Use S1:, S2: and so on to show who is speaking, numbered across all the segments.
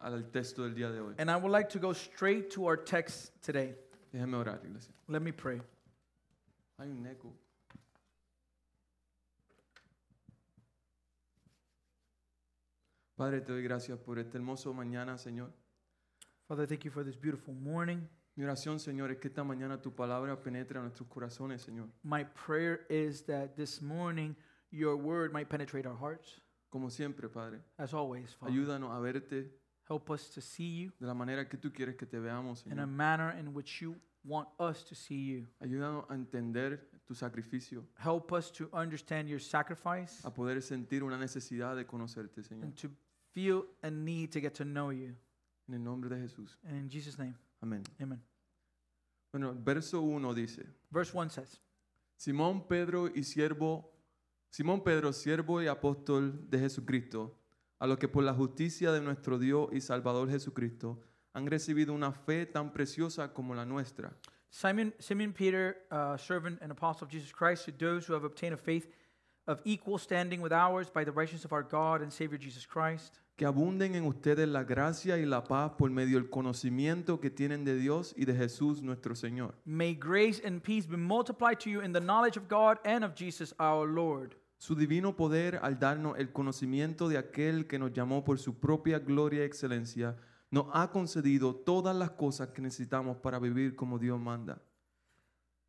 S1: al texto del día de hoy.
S2: And I would like to go straight to our text today.
S1: Déjeme orar, iglesia.
S2: Let me pray.
S1: Hay un eco. Padre, te doy gracias por este hermoso mañana, Señor.
S2: Father, thank you for this beautiful morning.
S1: Mi oración, Señor, es que esta mañana tu palabra penetre a nuestros corazones, Señor.
S2: My prayer is that this morning your word might penetrate our hearts.
S1: Como siempre, Padre,
S2: As always, Father,
S1: ayúdanos a verte
S2: help us to see you
S1: de la manera que tú quieres que te veamos,
S2: in a
S1: Señor.
S2: manner in which you want us to see you.
S1: Ayúdanos a entender tu sacrificio,
S2: Help us to understand your sacrifice
S1: a poder sentir una necesidad de conocerte, Señor.
S2: and to feel a need to get to know you.
S1: En el nombre de Jesús.
S2: And in Jesus' name,
S1: Amén.
S2: amen.
S1: Bueno, el verso 1 dice,
S2: Verse 1 says,
S1: Simón Pedro y siervo, Simón Pedro, siervo y apóstol de Jesucristo, a los que por la justicia de nuestro Dios y Salvador Jesucristo han recibido una fe tan preciosa como la nuestra.
S2: Simon, Simon Peter, uh, servant and apostle of Jesus Christ, to those who have obtained a faith of equal standing with ours by the righteousness of our God and Savior Jesus Christ,
S1: Que abunden en ustedes la gracia y la paz por medio del conocimiento que tienen de Dios y de Jesús nuestro Señor.
S2: may grace and peace be multiplied to you in the knowledge of God and of Jesus our Lord,
S1: Su divino poder al darnos el conocimiento de aquel que nos llamó por su propia gloria y excelencia, nos ha concedido todas las cosas que necesitamos para vivir como Dios manda.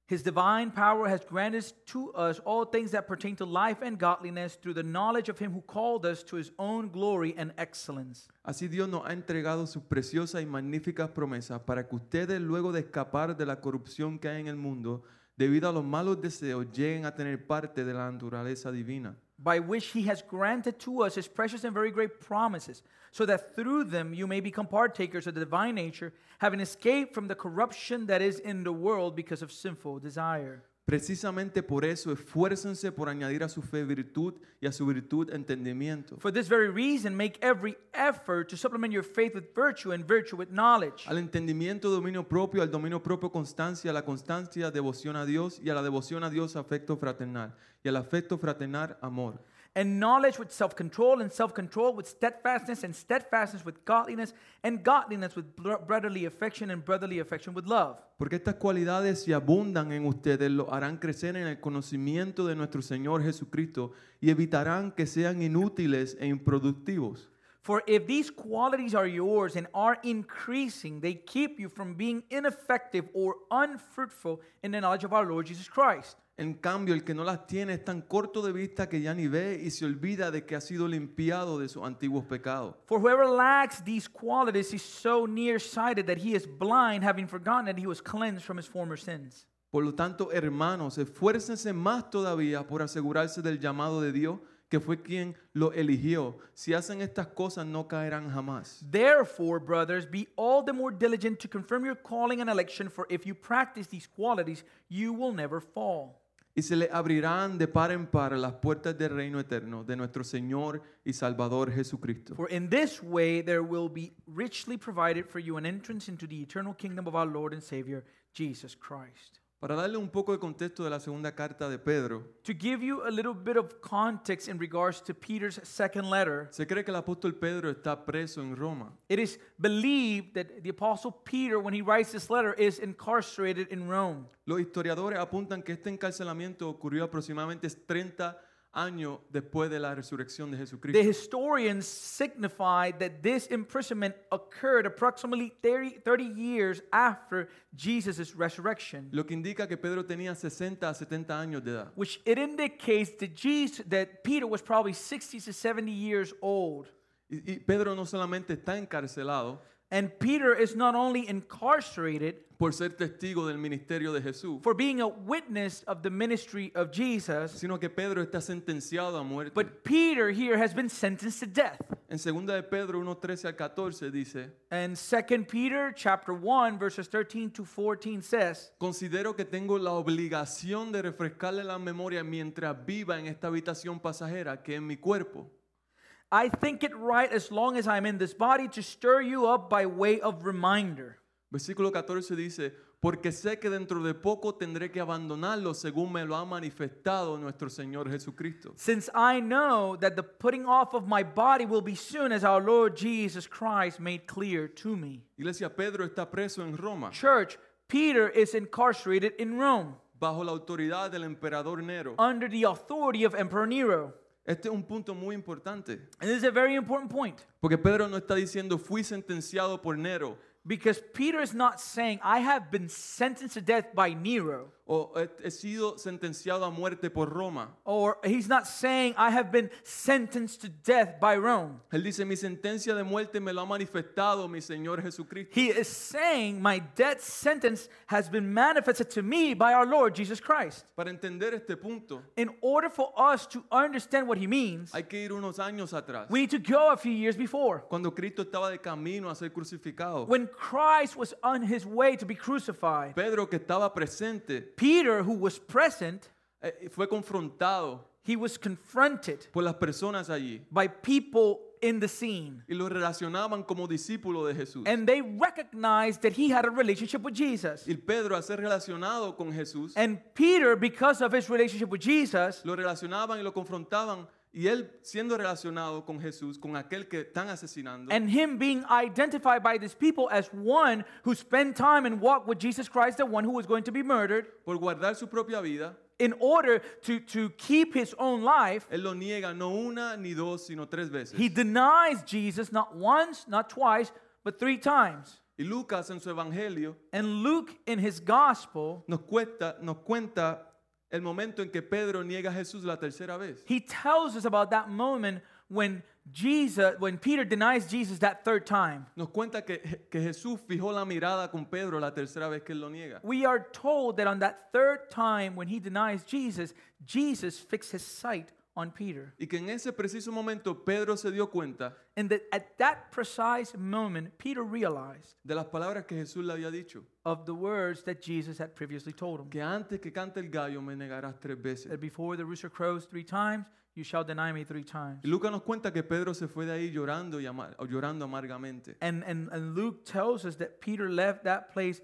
S2: His divine power has granted to us all things that pertain to life and godliness through the knowledge of Him who called us to His own glory and excellence.
S1: Así Dios nos ha entregado sus preciosas y magníficas promesas para que ustedes, luego de escapar de la corrupción que hay en el mundo, debido a los malos deseos, lleguen a tener parte de la naturaleza divina.
S2: By which he has granted to us his precious and very great promises, so that through them you may become partakers of the divine nature, having escaped from the corruption that is in the world because of sinful desire.
S1: Precisamente por eso, esfuércense por añadir a su fe virtud y a su virtud entendimiento.
S2: For this very reason, make every effort to supplement your faith with virtue, and virtue with knowledge,
S1: Al entendimiento, dominio propio, al dominio propio, constancia, a la constancia, devoción a Dios, y a la devoción a Dios, afecto fraternal, y al afecto fraternal, amor,
S2: and knowledge with self control, and self control with steadfastness, and steadfastness with godliness, and godliness with bro- brotherly affection, and brotherly affection with love.
S1: Porque estas cualidades, si abundan en ustedes, lo harán crecer en el conocimiento de nuestro Señor Jesucristo y evitarán que sean inútiles e improductivos.
S2: For if these qualities are yours and are increasing, they keep you from being ineffective or unfruitful in the knowledge of our Lord Jesus Christ.
S1: En cambio, el que no las tiene es tan corto de vista que ya ni ve y se olvida de que ha sido limpiado de sus antiguos pecados.
S2: For whoever lacks these qualities is so nearsighted that he is blind, having forgotten that he was cleansed from his former sins.
S1: Por lo tanto, hermanos, esfuércense más todavía por asegurarse del llamado de Dios, que fue quien lo eligió. Si hacen estas cosas, no caerán jamás.
S2: Therefore, brothers, be all the more diligent to confirm your calling and election, for if you practice these qualities, you will never fall.
S1: y se le abrirán de par en par las puertas del reino eterno de nuestro Señor y Salvador Jesucristo.
S2: For in this way there will be richly provided for you an entrance into the eternal kingdom of our Lord and Savior, Jesus Christ.
S1: Para darle un poco de contexto de la segunda carta de Pedro,
S2: To give you a little bit of context in regards to Peter's second letter,
S1: se cree que el apóstol Pedro está preso en Roma.
S2: it is believed that the apostle Peter, when he writes this letter, is incarcerated in Rome.
S1: Los historiadores apuntan que este encarcelamiento ocurrió aproximadamente 30 años después de la resurrección de
S2: The
S1: Jesucristo.
S2: historians signify that this imprisonment occurred approximately 30, 30 years after Jesus' resurrection.
S1: Lo que indica que Pedro tenía 60 a 70 años de edad.
S2: which it indicates that Jesus that Peter was probably 60 to 70 years old.
S1: Y, y Pedro no solamente está encarcelado
S2: And Peter is not only incarcerated
S1: por ser testigo del ministerio de Jesús,
S2: for being a witness of the ministry of Jesus,
S1: sino que Pedro está sentenciado a muerte.
S2: but Peter here has been sentenced to death.
S1: En 2 de Pedro 1, 13 al 14 dice,
S2: And 2 Peter chapter 1 verses 13 to 14 says,
S1: considero que tengo la obligación de refrescarle la memoria mientras viva en esta habitación pasajera que es mi cuerpo,
S2: I think it right as long as I'm in this body to stir you up by way of reminder.
S1: Versículo 14 dice, porque sé que dentro de poco tendré que abandonarlo según me lo ha manifestado nuestro Señor Jesucristo.
S2: Since I know that the putting off of my body will be soon, as our Lord Jesus Christ made clear to me.
S1: Iglesia, Pedro está preso en Roma
S2: Church, Peter is incarcerated in Rome
S1: bajo la autoridad del emperador Nero.
S2: under the authority of Emperor Nero.
S1: Este es un punto muy importante,
S2: And this is a very important point
S1: porque Pedro no está diciendo fui sentenciado por Nero
S2: because Peter is not saying, I have been sentenced to death by Nero,
S1: o he- he sido sentenciado a muerte por Roma.
S2: or he's not saying, I have been sentenced to death by Rome.
S1: Él dice, mi sentencia de muerte me lo ha manifestado mi Señor Jesucristo.
S2: He is saying, My death sentence has been manifested to me by our Lord Jesus Christ.
S1: Para entender este punto,
S2: In order for us to understand what he means,
S1: hay que ir unos años atrás,
S2: we need to go a few years before
S1: cuando Cristo estaba de camino a ser crucificado.
S2: when Christ was on his way to be crucified.
S1: Pedro, que estaba presente,
S2: Peter, who was present,
S1: eh, fue confrontado
S2: he was confronted
S1: por las personas allí
S2: by people in the scene.
S1: y lo relacionaban como discípulo de Jesús.
S2: And they recognized that he had a relationship with Jesus.
S1: Y Pedro, al ser relacionado con Jesús,
S2: And Peter, because of his relationship with Jesus,
S1: lo relacionaban y lo confrontaban. Y él, siendo relacionado con Jesús, con aquel que están asesinando,
S2: and him being identified by these people as one who spent time and walked with Jesus Christ, the one who was going to be murdered,
S1: por guardar su propia vida,
S2: in order to, to keep his own life,
S1: él lo niega no una ni dos, sino tres veces.
S2: he denies Jesus not once, not twice, but three times.
S1: Y Lucas en su evangelio
S2: And Luke, in his gospel,
S1: nos, cuesta, nos cuenta el momento en que Pedro niega a Jesús la tercera vez.
S2: he tells us about that moment when Jesus, when Peter denies Jesus that third time.
S1: Nos cuenta que, que Jesús fijó la mirada con Pedro la tercera vez que él lo niega.
S2: We are told that on that third time when he denies Jesus, Jesus fixed his sight on Peter.
S1: Y que en ese preciso momento Pedro se dio cuenta
S2: And that at that precise moment, Peter realized
S1: de las palabras que Jesús le había dicho.
S2: of the words that Jesus had previously told him.
S1: Que antes que cante el gallo me negarás tres veces.
S2: That before the rooster crows three times, you shall deny me three times.
S1: Y Lucas nos cuenta que Pedro se fue de ahí llorando, y amar- o llorando amargamente.
S2: And, and, and Luke tells us that Peter left that place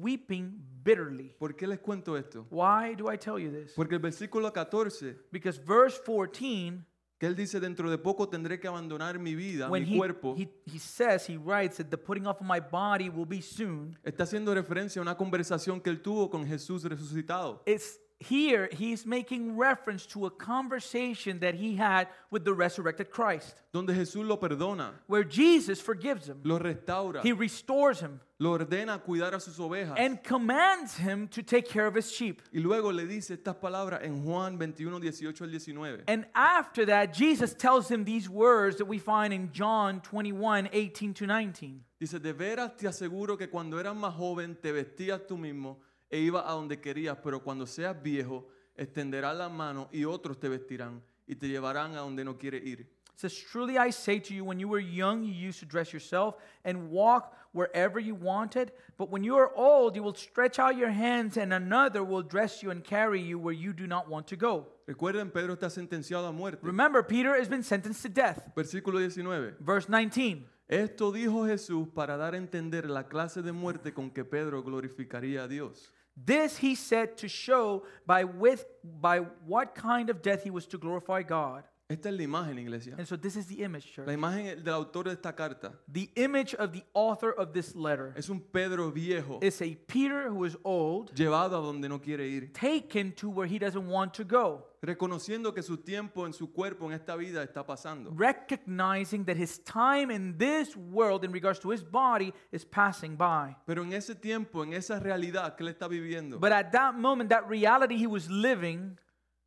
S2: weeping bitterly.
S1: ¿Por qué les cuento esto?
S2: Why do I tell you this?
S1: Porque el versículo 14,
S2: Because verse 14,
S1: que él dice, dentro de poco tendré que abandonar mi vida,
S2: when
S1: mi
S2: he,
S1: cuerpo,
S2: he, he says, he writes that the putting off of my body will be soon.
S1: está haciendo referencia a una conversación que él tuvo con Jesús resucitado.
S2: it's here he's making reference to a conversation that he had with the resurrected Christ,
S1: Donde Jesús lo perdona,
S2: where Jesus forgives him,
S1: lo restaura,
S2: he restores him,
S1: lo ordena cuidar a sus ovejas.
S2: and commands him to take care of his sheep.
S1: Y luego le dice estas palabras en Juan 21, 18 al 19.
S2: And after that, Jesus tells him these words that we find in John 21 18 to 19.
S1: Dice, de veras te aseguro que cuando eras más joven te vestías tú mismo e ibas a donde querías, pero cuando seas viejo extenderás las manos y otros te vestirán y te llevarán a donde no quieres ir.
S2: It says, Truly I say to you, when you were young, you used to dress yourself and walk wherever you wanted. But when you are old, you will stretch out your hands, and another will dress you and carry you where you do not want to go.
S1: Recuerden, Pedro está sentenciado a muerte.
S2: Remember, Peter has been sentenced to death.
S1: Versículo 19.
S2: Verse 19.
S1: Esto dijo Jesús para dar a entender la clase de muerte con que Pedro glorificaría a Dios.
S2: This he said to show by, with, by what kind of death he was to glorify God.
S1: Esta es la imagen, iglesia.
S2: And so this is the image,
S1: La
S2: church.
S1: imagen del autor de esta carta
S2: The image of the author of this letter
S1: es un Pedro viejo
S2: is a Peter who is old,
S1: llevado a donde no quiere ir.
S2: taken to where he doesn't want to go,
S1: reconociendo que su tiempo en su cuerpo en esta vida está pasando.
S2: recognizing that his time in this world in regards to his body is passing by.
S1: Pero en ese tiempo, en esa realidad que él está viviendo,
S2: But at that moment, that reality he was living,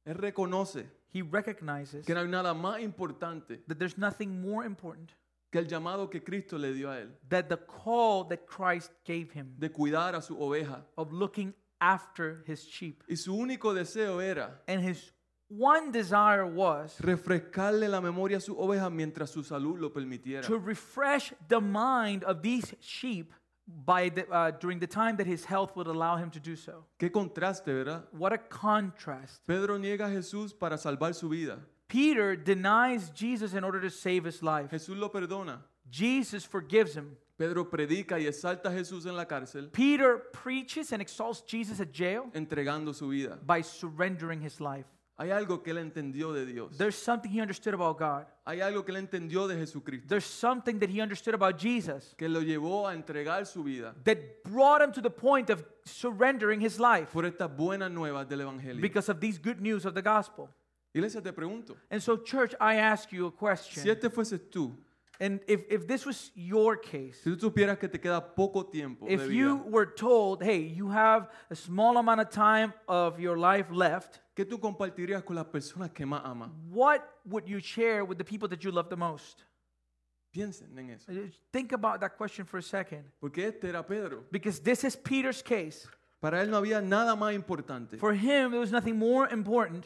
S1: él reconoce
S2: he recognizes
S1: que no hay nada más importante
S2: that there's nothing more important
S1: que el llamado que Cristo le dio a él,
S2: that the call that Christ gave him
S1: de cuidar a su oveja.
S2: of looking after his sheep.
S1: Y su único deseo era
S2: And his one desire was
S1: refrescarle la memoria a su oveja mientras su salud lo permitiera.
S2: to refresh the mind of these sheep by the, uh, during the time that his health would allow him to do so.
S1: Qué contraste, ¿verdad?
S2: What a contrast.
S1: Pedro niega a Jesús para salvar su vida.
S2: Peter denies Jesus in order to save his life.
S1: Jesús lo perdona
S2: Jesus forgives him.
S1: Pedro predica y exalta a Jesús en la cárcel,
S2: Peter preaches and exalts Jesus at jail
S1: entregando su vida.
S2: by surrendering his life.
S1: Hay algo que él entendió de Dios.
S2: There's something he understood about God.
S1: Hay algo que él entendió de Jesucristo,
S2: There's something that he understood about Jesus
S1: que lo llevó a entregar su vida
S2: that brought him to the point of surrendering his life
S1: por estas buenas nuevas del Evangelio.
S2: because of these good news of the gospel.
S1: Iglesia, te pregunto,
S2: And so, church, I ask you a
S1: si
S2: question.
S1: este fueses tú,
S2: And if, if this was your case,
S1: si tú supieras que te queda poco tiempo de
S2: if you
S1: vida,
S2: were told, hey, you have a small amount of time of your life left,
S1: ¿qué tú compartirías con las personas que más amas?
S2: what would you share with the people that you love the most?
S1: Piensen en eso.
S2: Uh, Think about that question for a second.
S1: Porque este era Pedro.
S2: Because this is Peter's case.
S1: Para él no había nada más importante
S2: For him, there was nothing more important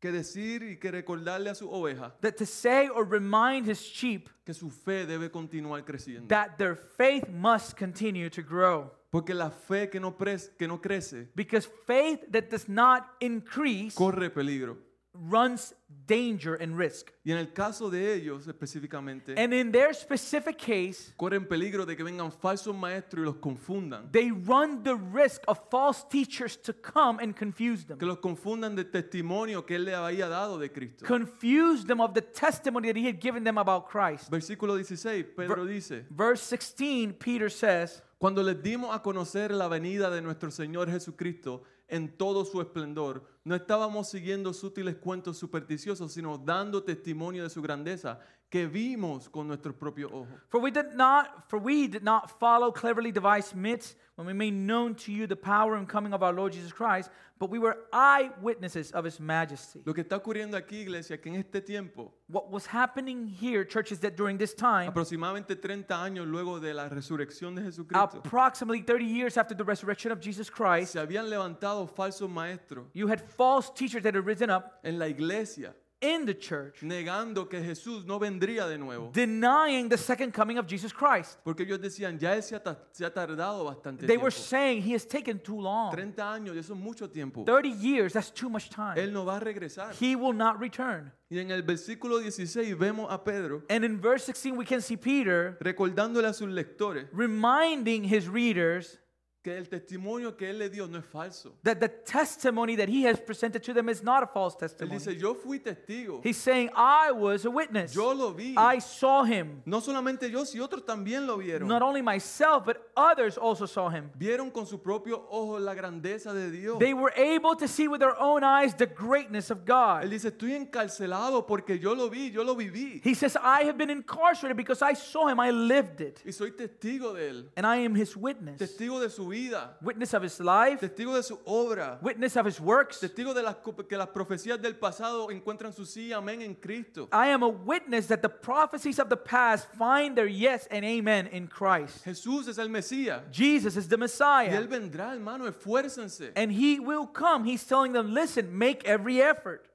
S1: que decir y que recordarle a su oveja
S2: that to say or remind his sheep
S1: que su fe debe continuar creciendo.
S2: that their faith must continue to grow.
S1: Porque la fe que no, pres- que no crece
S2: Because faith that does not increase
S1: corre peligro.
S2: runs danger and risk.
S1: Y en el caso de ellos específicamente,
S2: And in their specific case,
S1: corren peligro de que vengan falsos maestros y los confundan.
S2: they run the risk of false teachers to come and confuse them.
S1: Que los confundan del testimonio que él le había dado de Cristo.
S2: Confuse them of the testimony that he had given them about Christ.
S1: Versículo 16, Pedro dice,
S2: Verse 16, Peter says,
S1: cuando les dimos a conocer la venida de nuestro Señor Jesucristo en todo su esplendor, no estábamos siguiendo sutiles cuentos supersticiosos, sino dando testimonio de su grandeza que vimos con nuestros propios ojos.
S2: For we did not for we did not follow cleverly devised myths when we made known to you the power and coming of our Lord Jesus Christ, but we were eyewitnesses of his majesty.
S1: Lo que está ocurriendo aquí, iglesia, que en este tiempo,
S2: What was happening here, church, is that during this time,
S1: aproximadamente 30 años luego de la resurrección de
S2: Ah,
S1: Jesucristo,
S2: approximately 30 years after the resurrection of Jesus Christ,
S1: se habían levantado falsos maestros
S2: you had false teachers that had risen up
S1: en la iglesia,
S2: in the church
S1: negando que Jesús no vendría de nuevo.
S2: denying the second coming of Jesus Christ.
S1: Porque ellos decían, ya él se ha, ta- se ha tardado bastante
S2: They
S1: tiempo.
S2: were saying he has taken too long.
S1: 30 años, y eso es mucho tiempo.
S2: 30 years, that's too much time.
S1: Él no va a regresar.
S2: He will not return.
S1: Y en el versículo 16 vemos a Pedro
S2: And in verse 16 we can see Peter
S1: recordándole a sus lectores
S2: reminding his readers
S1: que el testimonio que él le dio no es falso.
S2: that the testimony that he has presented to them is not a false
S1: Él
S2: testimony.
S1: dice, yo fui testigo.
S2: He's saying, I was a witness.
S1: Yo lo vi.
S2: I saw him.
S1: No solamente yo, si otros también lo vieron.
S2: Not only myself, but others also saw him.
S1: Vieron con sus propios ojos la grandeza de Dios.
S2: They were able to see with their own eyes the greatness of
S1: Él
S2: God.
S1: dice, estoy encarcelado porque yo lo vi, yo lo viví.
S2: He says, I have been incarcerated because I saw him, I lived it,
S1: Y soy testigo de él.
S2: and I am his witness.
S1: Testigo de su vida.
S2: Witness of his life,
S1: Testigo de su obra.
S2: witness of his works.
S1: Testigo de las, co- que las profecías del pasado encuentran su sí, y amén en Cristo.
S2: I am a witness that the prophecies of the past find their yes and amen in Christ.
S1: Jesús es el Mesías.
S2: Jesus is the
S1: Y Él
S2: Messiah.
S1: vendrá, hermano, esfuércense.
S2: And he will come. He's telling them, listen, make every effort.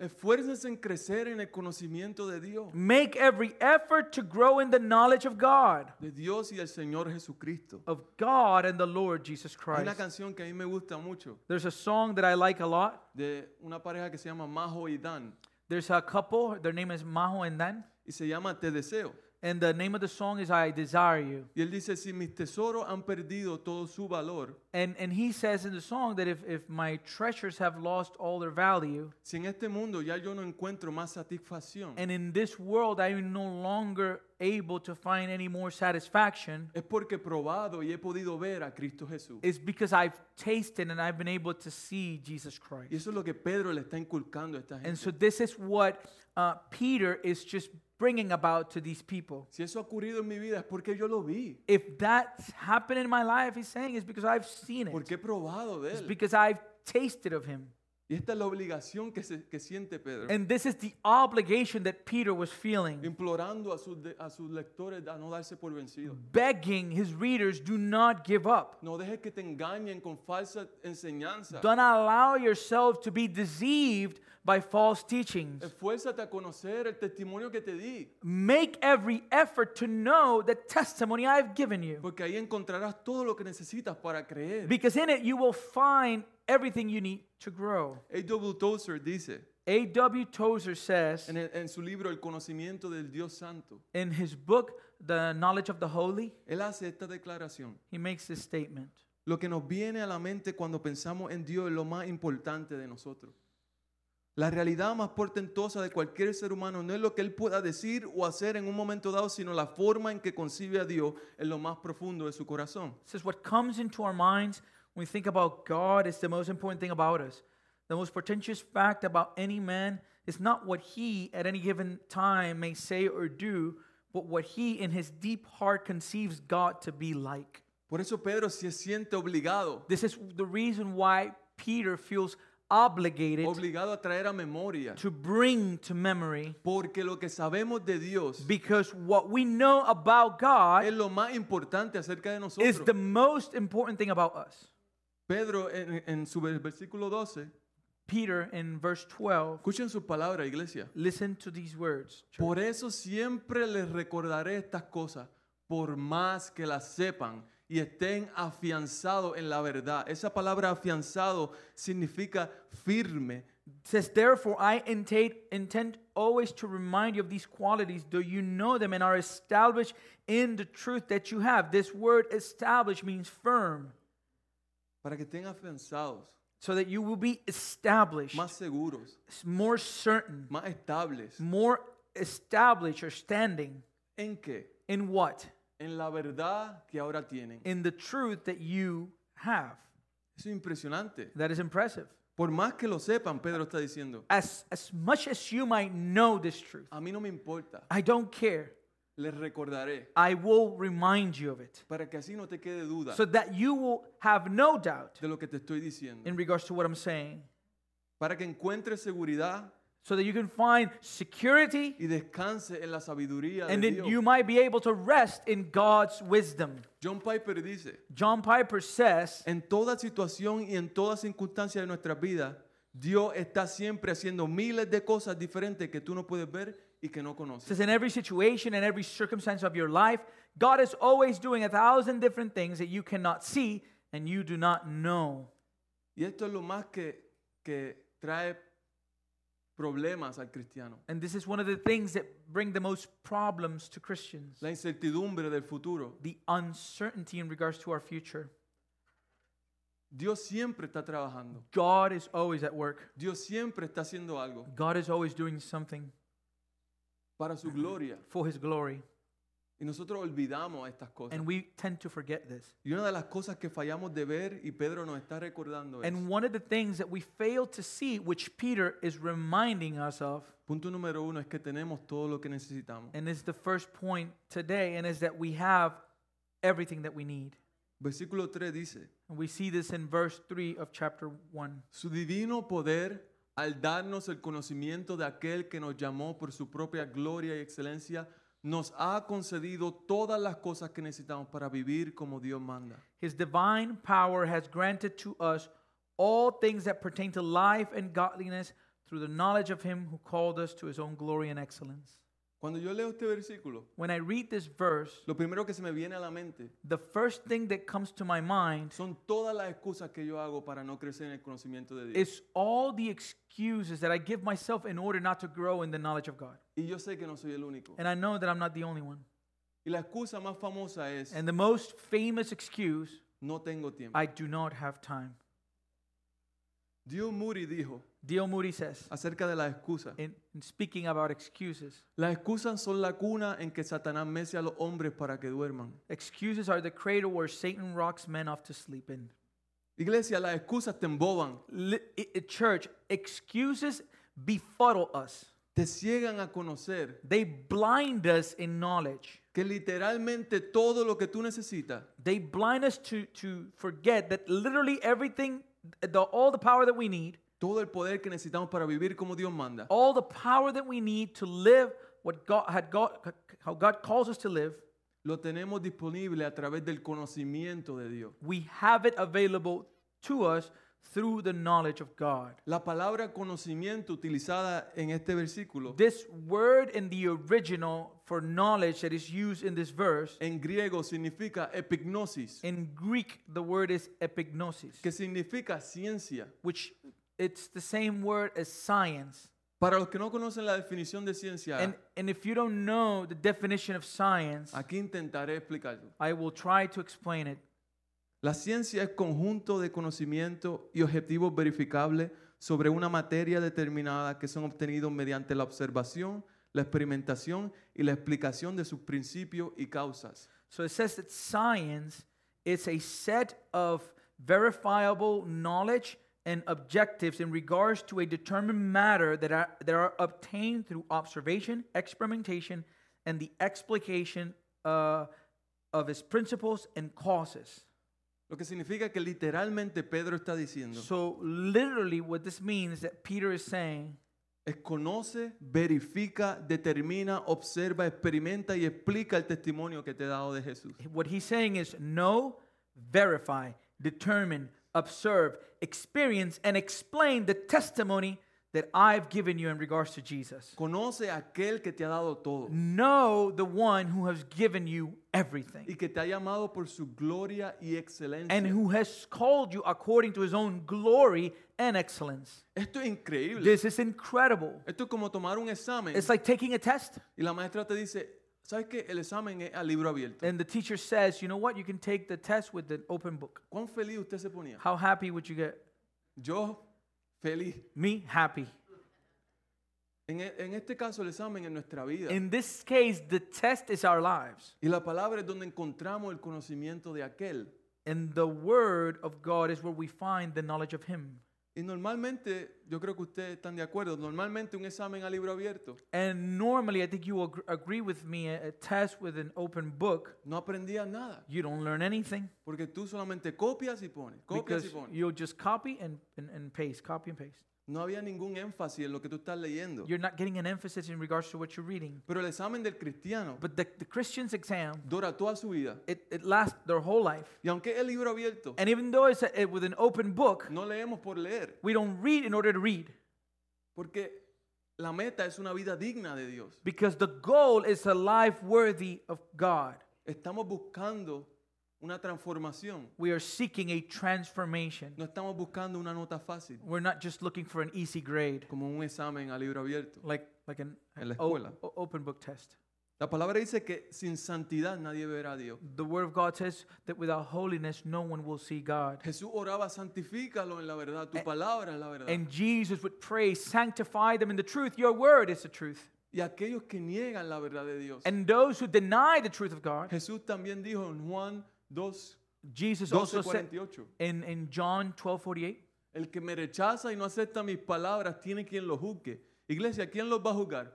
S1: Esfuércense en crecer en el conocimiento de Dios,
S2: Make every effort to grow in the knowledge of God,
S1: de Dios y del Señor Jesucristo.
S2: of God and the Lord Jesus
S1: Hay una
S2: Christ.
S1: canción que a mí me gusta mucho
S2: There's a song that I like a lot.
S1: de una pareja que se llama Majo y Dan
S2: There's a couple, their name is Maho and Dan.
S1: y se llama Te deseo.
S2: And the name of the song is I Desire You.
S1: Y él dice, si mis tesoros han perdido todo su valor,
S2: And, and he says in the song that if, if my treasures have lost all their value,
S1: si en este mundo ya yo no encuentro más satisfacción,
S2: and in this world I am no longer able to find any more satisfaction,
S1: es porque he probado y he podido ver a Cristo Jesús.
S2: is because I've tasted and I've been able to see Jesus
S1: Y
S2: Christ.
S1: eso es lo que Pedro le está inculcando a esta gente.
S2: And so this is what uh, Peter is just bringing about to these people.
S1: si eso ha ocurrido en mi vida es porque yo lo vi,
S2: If that's happened in my life, he's saying, it's because I've seen it.
S1: porque he probado de
S2: It's
S1: él.
S2: because I've tasted of him.
S1: Y esta es la obligación que, se- que siente Pedro,
S2: And this is the obligation that Peter was feeling,
S1: implorando a sus, de- a sus lectores a no darse por vencidos.
S2: begging his readers, do not give up.
S1: No dejes que te engañen con falsa enseñanza.
S2: Do not allow yourself to be deceived by false teachings.
S1: Esfuérzate a conocer el testimonio que te di,
S2: Make every effort to know the testimony I've given you,
S1: porque ahí encontrarás todo lo que necesitas para creer.
S2: because in it you will find everything you need to grow.
S1: A.W. Tozer dice,
S2: A.W. Tozer says
S1: En, el- en su libro El conocimiento del Dios Santo,
S2: in his book, The Knowledge of the Holy,
S1: él hace esta declaración.
S2: he makes this statement
S1: Lo que nos viene a la mente cuando pensamos en Dios es lo más importante de nosotros. La realidad más portentosa de cualquier ser humano no es lo que él pueda decir o hacer en un momento dado, sino la forma en que concibe a Dios en lo más profundo de su corazón.
S2: It says what comes into our minds when we think about God is the most important thing about us. The most pretentious fact about any man is not what he at any given time may say or do, but what he in his deep heart conceives God to be like.
S1: Por eso Pedro se siente obligado,
S2: This is the reason why Peter feels obligated
S1: obligado a traer a memoria,
S2: to bring to memory
S1: porque lo que sabemos de Dios
S2: because what we know about God
S1: es lo más importante acerca de
S2: is the
S1: nosotros.
S2: most important thing about us.
S1: Pedro en, en su ver- versículo 12,
S2: Peter in verse 12,
S1: escuchen sus palabras, iglesia.
S2: listen to these words. church.
S1: Por eso siempre les recordaré estas cosas, por más que las sepan y estén afianzados en la verdad. Esa palabra afianzado significa firme.
S2: It says, Therefore, I intend, intend always to remind you of these qualities, though you know them and are established in the truth that you have. This word established means firm,
S1: Para que estén afianzados,
S2: so that you will be established,
S1: más seguros,
S2: s- more certain,
S1: más estables.
S2: more established or standing
S1: ¿En qué?
S2: in what?
S1: En la verdad que ahora tienen.
S2: In the truth that you have.
S1: Eso es impresionante.
S2: That is impressive.
S1: Por más que lo sepan, Pedro está diciendo,
S2: As, as much as you might know this truth,
S1: a mí no me importa,
S2: I don't care.
S1: les recordaré,
S2: I will remind you of it,
S1: para que así no te quede duda
S2: so that you will have no doubt.
S1: de lo que te estoy diciendo,
S2: in regards to what I'm saying,
S1: para que encuentres seguridad
S2: so that you can find security
S1: y descanse en la sabiduría
S2: and
S1: de
S2: that
S1: Dios.
S2: you might be able to rest in God's wisdom.
S1: John Piper dice,
S2: John Piper says,
S1: en toda situación y en toda circunstancia de nuestras vidas, Dios está siempre haciendo miles de cosas diferentes que tú no puedes ver y que no conoces.
S2: says in every situation and every circumstance of your life, God is always doing a thousand different things that you cannot see and you do not know.
S1: Y esto es lo más que, que trae problemas al cristiano.
S2: And this is one of the things that bring the most problems to Christians.
S1: La incertidumbre del futuro.
S2: The uncertainty in regards to our future.
S1: Dios siempre está trabajando.
S2: God is always at work.
S1: Dios siempre está haciendo algo
S2: God is always doing something
S1: para su gloria.
S2: for his glory.
S1: Y nosotros olvidamos estas cosas.
S2: And we tend to forget this.
S1: Y una de las cosas que fallamos de ver y Pedro nos está recordando es,
S2: And one of the things that we fail to see, which Peter is reminding us of,
S1: punto número uno, es que tenemos todo lo que necesitamos.
S2: and is the first point today, and is that we have everything that we need.
S1: Versículo 3 dice,
S2: And we see this in verse 3 of chapter 1.
S1: su divino poder al darnos el conocimiento de aquel que nos llamó por su propia gloria y excelencia, nos ha concedido todas las cosas que necesitamos para vivir como Dios manda.
S2: His divine power has granted to us all things that pertain to life and godliness through the knowledge of him who called us to his own glory and excellence.
S1: Cuando yo leo este versículo,
S2: When I read this verse,
S1: lo primero que se me viene a la mente
S2: the first thing that comes to my mind
S1: son todas las excusas que yo hago para no crecer en el conocimiento de Dios.
S2: is all the excuses that I give myself in order not to grow in the knowledge of God.
S1: Y yo sé que no soy el único.
S2: And I know that I'm not the only one.
S1: Y la excusa más famosa es,
S2: And the most famous excuse,
S1: no tengo tiempo.
S2: I do not have time.
S1: Dios Moody dijo
S2: D.L. Moody says,
S1: acerca de las excusas.
S2: in, in speaking about excuses,
S1: Las excusas son la cuna en que Satanás mece a los hombres para que duerman.
S2: excuses are the cradle where Satan rocks men off to sleep in.
S1: Iglesia, las excusas te emboban,
S2: Li- i- i- church, excuses befuddle us.
S1: te ciegan a conocer
S2: They blind us in knowledge.
S1: que literalmente todo lo que tú necesitas
S2: They blind us to, to forget that literally everything, the, all the power that we need,
S1: todo el poder que necesitamos para vivir como Dios manda
S2: all the power that we need to live what God had God how God calls us to live,
S1: lo tenemos disponible a través del conocimiento de Dios.
S2: we have it available to us through the knowledge of God.
S1: La palabra conocimiento utilizada en este versículo
S2: This word in the original for knowledge that is used in this verse
S1: en griego significa epignosis,
S2: in Greek the word is epignosis
S1: que significa ciencia.
S2: which It's the same word as science.
S1: Para los que no conocen la definición de ciencia,
S2: And, and if you don't know the definition of science,
S1: aquí intentaré explicarlo.
S2: I will try to explain it.
S1: La ciencia es conjunto de conocimiento y objetivos verificables sobre una materia determinada que son obtenidos mediante la observación, la experimentación y la explicación de sus principios y causas.
S2: So it says that science is a set of verifiable knowledge and objectives in regards to a determined matter that are, that are obtained through observation, experimentation, and the explication uh, of its principles and causes.
S1: Lo que significa que literalmente Pedro está diciendo,
S2: So, literally, what this means that Peter is saying
S1: es conoce, verifica, determina, observa, experimenta y explica el testimonio que te he dado de Jesús.
S2: What he's saying is know, verify, determine, observe, experience, and explain the testimony that I've given you in regards to Jesus.
S1: Conoce a aquel que te ha dado todo
S2: Know the one who has given you
S1: y
S2: everything
S1: que te ha llamado por su gloria y excelencia.
S2: and who has called you according to his own glory and excellence.
S1: Esto es increíble.
S2: This is incredible.
S1: Esto es como tomar un examen
S2: It's like taking a test,
S1: y la maestra te dice, ¿sabes qué? El examen es a libro abierto.
S2: and the teacher says, You know what? You can take the test with an open book.
S1: ¿Cuán feliz usted se ponía?
S2: How happy would you get?
S1: Yo, feliz.
S2: Me, happy.
S1: En, e- en este caso, el examen es nuestra vida.
S2: In this case, the test is our lives.
S1: Y la palabra es donde encontramos el conocimiento de aquel.
S2: And the word of God is where we find the knowledge of Him.
S1: Y normalmente, yo creo que ustedes están de acuerdo, normalmente un examen a libro abierto
S2: And normally, I think you will ag- agree with me, a, a test with an open book,
S1: no aprendías nada,
S2: you don't learn anything
S1: porque tú solamente copias y pones, copias
S2: because
S1: y pones.
S2: you'll just copy and, and, and paste, copy and paste.
S1: No había ningún énfasis en lo que tú estás leyendo.
S2: You're not getting an emphasis in regards to what you're reading.
S1: Pero el examen del cristiano
S2: But the, the Christian's exam,
S1: dura toda su vida.
S2: it, it lasts their whole life.
S1: Y aunque es libro abierto,
S2: And even though it's a, it, with an open book,
S1: no leemos por leer.
S2: we don't read in order to read
S1: Porque la meta es una vida digna de Dios.
S2: because the goal is a life worthy of God.
S1: Estamos buscando una transformación.
S2: We are seeking a transformation.
S1: No estamos buscando una nota fácil,
S2: We're not just looking for an easy grade,
S1: como un examen a libro abierto.
S2: like like an
S1: En la
S2: o-
S1: escuela.
S2: o- open book test.
S1: La palabra dice que sin santidad nadie verá a Dios.
S2: The Word of God says that without holiness, no one will see God.
S1: Jesús oraba, santifícalo en la verdad, tu palabra es la verdad.
S2: And Jesus would pray, sanctify them in the truth. Your Word is the truth.
S1: Y aquellos que niegan la verdad de Dios.
S2: And those who deny the truth of God,
S1: Jesús también dijo en Juan 2,
S2: Jesus also
S1: 12,
S2: said
S1: 48,
S2: in, in John 12 48,
S1: el que me rechaza y no acepta mis palabras tiene quien lo juzgue. Iglesia, ¿quién los va a juzgar?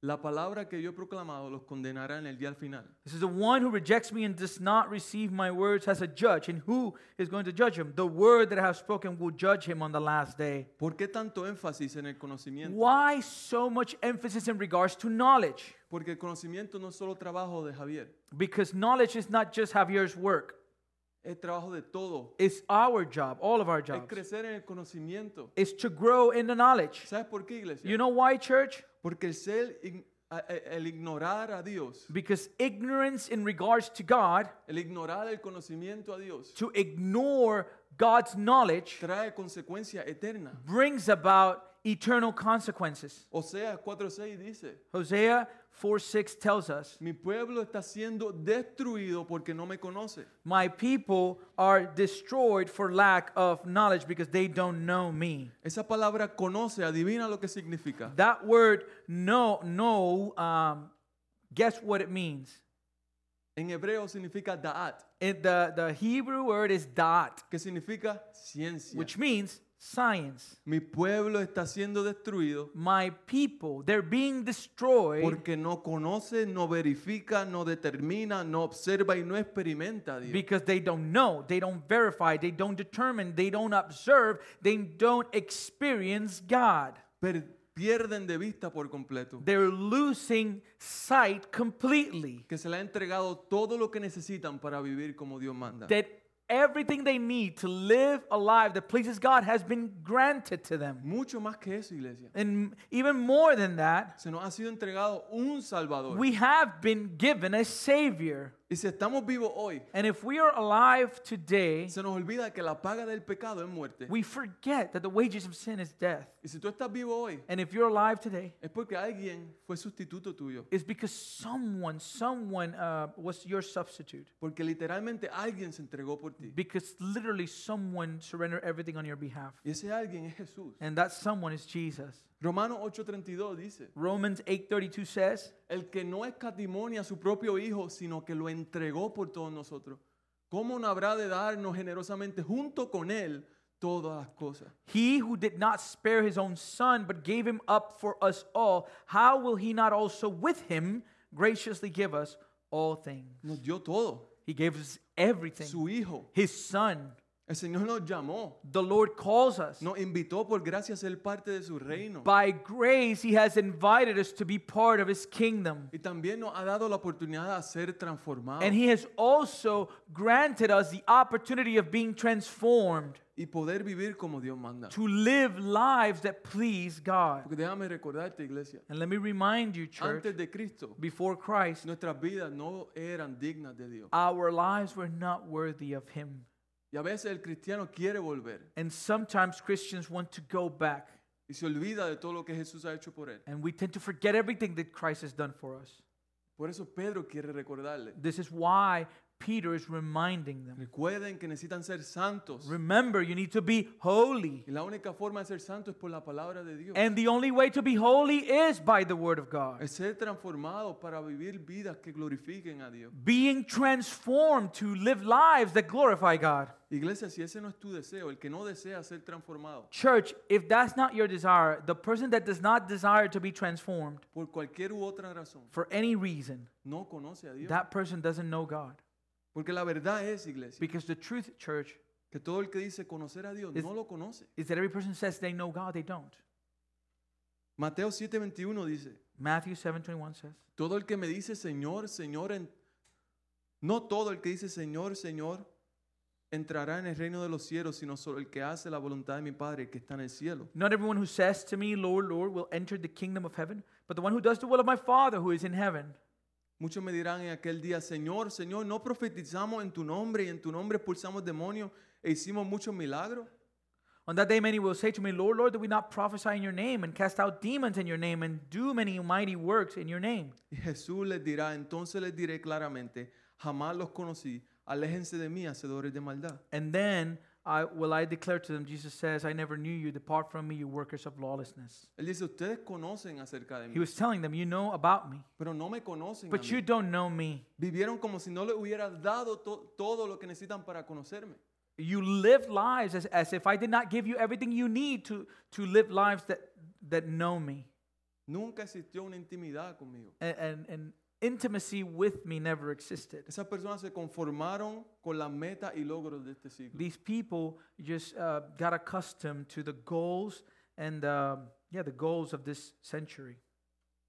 S1: La palabra que yo he proclamado los condenará en el día al final.
S2: This is the one who rejects me and does not receive my words has a judge. And who is going to judge him? The word that I have spoken will judge him on the last day.
S1: ¿Por qué tanto énfasis en el conocimiento?
S2: Why so much emphasis in regards to knowledge?
S1: Porque el conocimiento no es solo trabajo de Javier,
S2: Because knowledge is not just Javier's work,
S1: es trabajo de todo.
S2: it's our job, all of our
S1: Es
S2: jobs.
S1: crecer en el conocimiento.
S2: It's to grow in the knowledge.
S1: ¿Sabes por qué, iglesia?
S2: You know why, church?
S1: Porque el ser, ig- a- a- el ignorar a Dios,
S2: Because ignorance in regards to God,
S1: el ignorar el conocimiento a Dios,
S2: to ignore God's knowledge,
S1: trae consecuencia eterna.
S2: brings about eternal consequences.
S1: Oseas 4:6 dice,
S2: Hosea 4 6 tells us,
S1: mi pueblo está siendo destruido porque no me conoce.
S2: My people are destroyed for lack of knowledge because they don't know me.
S1: Esa palabra conoce, adivina lo que significa.
S2: That word know, know, um, guess what it means?
S1: En hebreo significa da'at,
S2: It, the, the Hebrew word is dot,
S1: que significa ciencia.
S2: which means science.
S1: Mi pueblo está siendo destruido
S2: My people, they're being destroyed
S1: porque no conoce, no verifica, no determina, no observa y no experimenta a Dios.
S2: because they don't know, they don't verify, they don't determine, they don't observe, they don't experience God.
S1: Per- pierden de vista por completo
S2: They're losing sight completely.
S1: que se le ha entregado todo lo que necesitan para vivir como Dios manda.
S2: That everything they need to live a life that pleases God has been granted to them.
S1: Mucho más que eso, iglesia.
S2: And even more than that,
S1: Se nos ha sido entregado un Salvador.
S2: we have been given a Savior.
S1: Y si estamos vivos hoy,
S2: And if we are alive today,
S1: se nos olvida que la paga del pecado es muerte.
S2: we forget that the wages of sin is death.
S1: Y si tú estás vivo hoy,
S2: And if you're alive today,
S1: es porque alguien fue sustituto tuyo.
S2: it's because someone, someone uh, was your substitute.
S1: Porque literalmente alguien se entregó por ti.
S2: Because literally someone surrendered everything on your behalf.
S1: Y ese alguien es Jesús.
S2: And that someone is Jesus.
S1: Romanos 8:32 dice,
S2: Romans 8:32 says,
S1: el que no escatimonia a su propio Hijo, sino que lo entregó por todos nosotros, ¿cómo no habrá de darnos generosamente junto con Él todas las cosas?
S2: He who did not spare his own son, but gave him up for us all, how will he not also with him graciously give us all things?
S1: Nos dio todo,
S2: He gave us everything.
S1: su Hijo.
S2: His son.
S1: El Señor nos llamó,
S2: The Lord calls us.
S1: nos invitó por gracia a ser parte de su reino.
S2: By grace, he has invited us to be part of his kingdom.
S1: Y también nos ha dado la oportunidad de ser transformados
S2: And he has also granted us the opportunity of being transformed
S1: y poder vivir como Dios manda.
S2: to live lives that please God.
S1: Porque déjame recordarte, iglesia,
S2: And let me remind you, church,
S1: antes de Cristo,
S2: before Christ,
S1: nuestras vidas no eran dignas de Dios.
S2: our lives were not worthy of him.
S1: Y a veces el cristiano quiere volver
S2: And sometimes Christians want to go back,
S1: y se olvida de todo lo que Jesús ha hecho por él.
S2: and we tend to forget everything that Christ has done for us.
S1: Por eso Pedro quiere recordarle.
S2: This is why Peter is reminding them.
S1: Recuerden que necesitan ser santos.
S2: Remember, you need to be holy.
S1: Y la única forma de ser santo es por la palabra de Dios.
S2: And the only way to be holy is by the word of God.
S1: Es ser transformado para vivir vidas que glorifiquen a Dios.
S2: Being transformed to live lives that glorify God.
S1: Iglesia, si ese no es tu deseo, el que no desea ser transformado
S2: Church, if that's not your desire, the person that does not desire to be transformed
S1: por cualquier u otra razón,
S2: for any reason,
S1: no conoce a Dios.
S2: that person doesn't know God.
S1: Porque la verdad es, iglesia,
S2: Because the truth, church,
S1: que todo el que dice conocer a Dios
S2: Es-
S1: no lo conoce.
S2: is that every person says they know God, they don't.
S1: Mateo 7:21 dice,
S2: Matthew 7:21 says,
S1: todo el que me dice Señor, Señor, en- no todo el que dice Señor, Señor, entrará en el reino de los cielos, sino solo el que hace la voluntad de mi Padre que está en el cielo.
S2: Not everyone who says to me, Lord, Lord, will enter the kingdom of heaven, but the one who does the will of my Father who is in heaven.
S1: Muchos me dirán en aquel día, Señor, Señor, ¿no profetizamos en tu nombre y en tu nombre expulsamos demonios e hicimos muchos milagros?
S2: On that day, many will say to me, Lord, Lord, did we not prophesy in your name and cast out demons in your name and do many mighty works in your name?
S1: Y Jesús les dirá, entonces les diré claramente, jamás los conocí, aléjense de mí, hacedores de maldad.
S2: And then I will I declare to them, Jesus says, I never knew you. Depart from me, you workers of lawlessness.
S1: Él dice, ustedes conocen acerca de
S2: He
S1: mí,
S2: was telling them, You know about me,
S1: pero no me conocen. a
S2: but
S1: mí.
S2: you don't know me.
S1: Vivieron como si no les hubiera dado to- todo lo que necesitan para conocerme.
S2: You live lives as, as if I did not give you everything you need to, to live lives that, that know me.
S1: Nunca existió una intimidad conmigo.
S2: and, and, and intimacy with me never existed.
S1: Esas personas se conformaron con las metas y logros de este siglo.
S2: These people just uh, got accustomed to the goals and um, yeah, the goals of this century.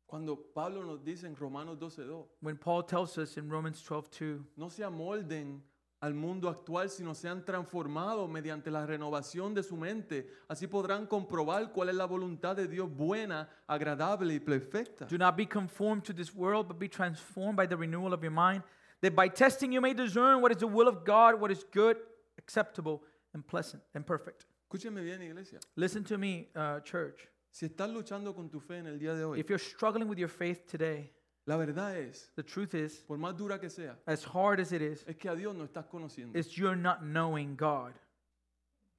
S1: Cuando Pablo nos dice en Romanos 12:2,
S2: When Paul tells us in Romans 12:2,
S1: no se amolden al mundo actual, sino sean transformados mediante la renovación de su mente. Así podrán comprobar cuál es la voluntad de Dios buena, agradable y perfecta.
S2: "Do not be conformed to this world, but be transformed by the renewal of your mind, that by testing you may discern what is the will of God, what is good, acceptable, and pleasant and perfect."
S1: Escúcheme bien, iglesia.
S2: Listen to me, uh, church.
S1: Si estás luchando con tu fe en el día de hoy,
S2: If you're struggling with your faith today,
S1: la verdad es,
S2: the truth is,
S1: por más dura que sea,
S2: as hard as it is,
S1: es que a Dios no estás conociendo.
S2: is you're not knowing God.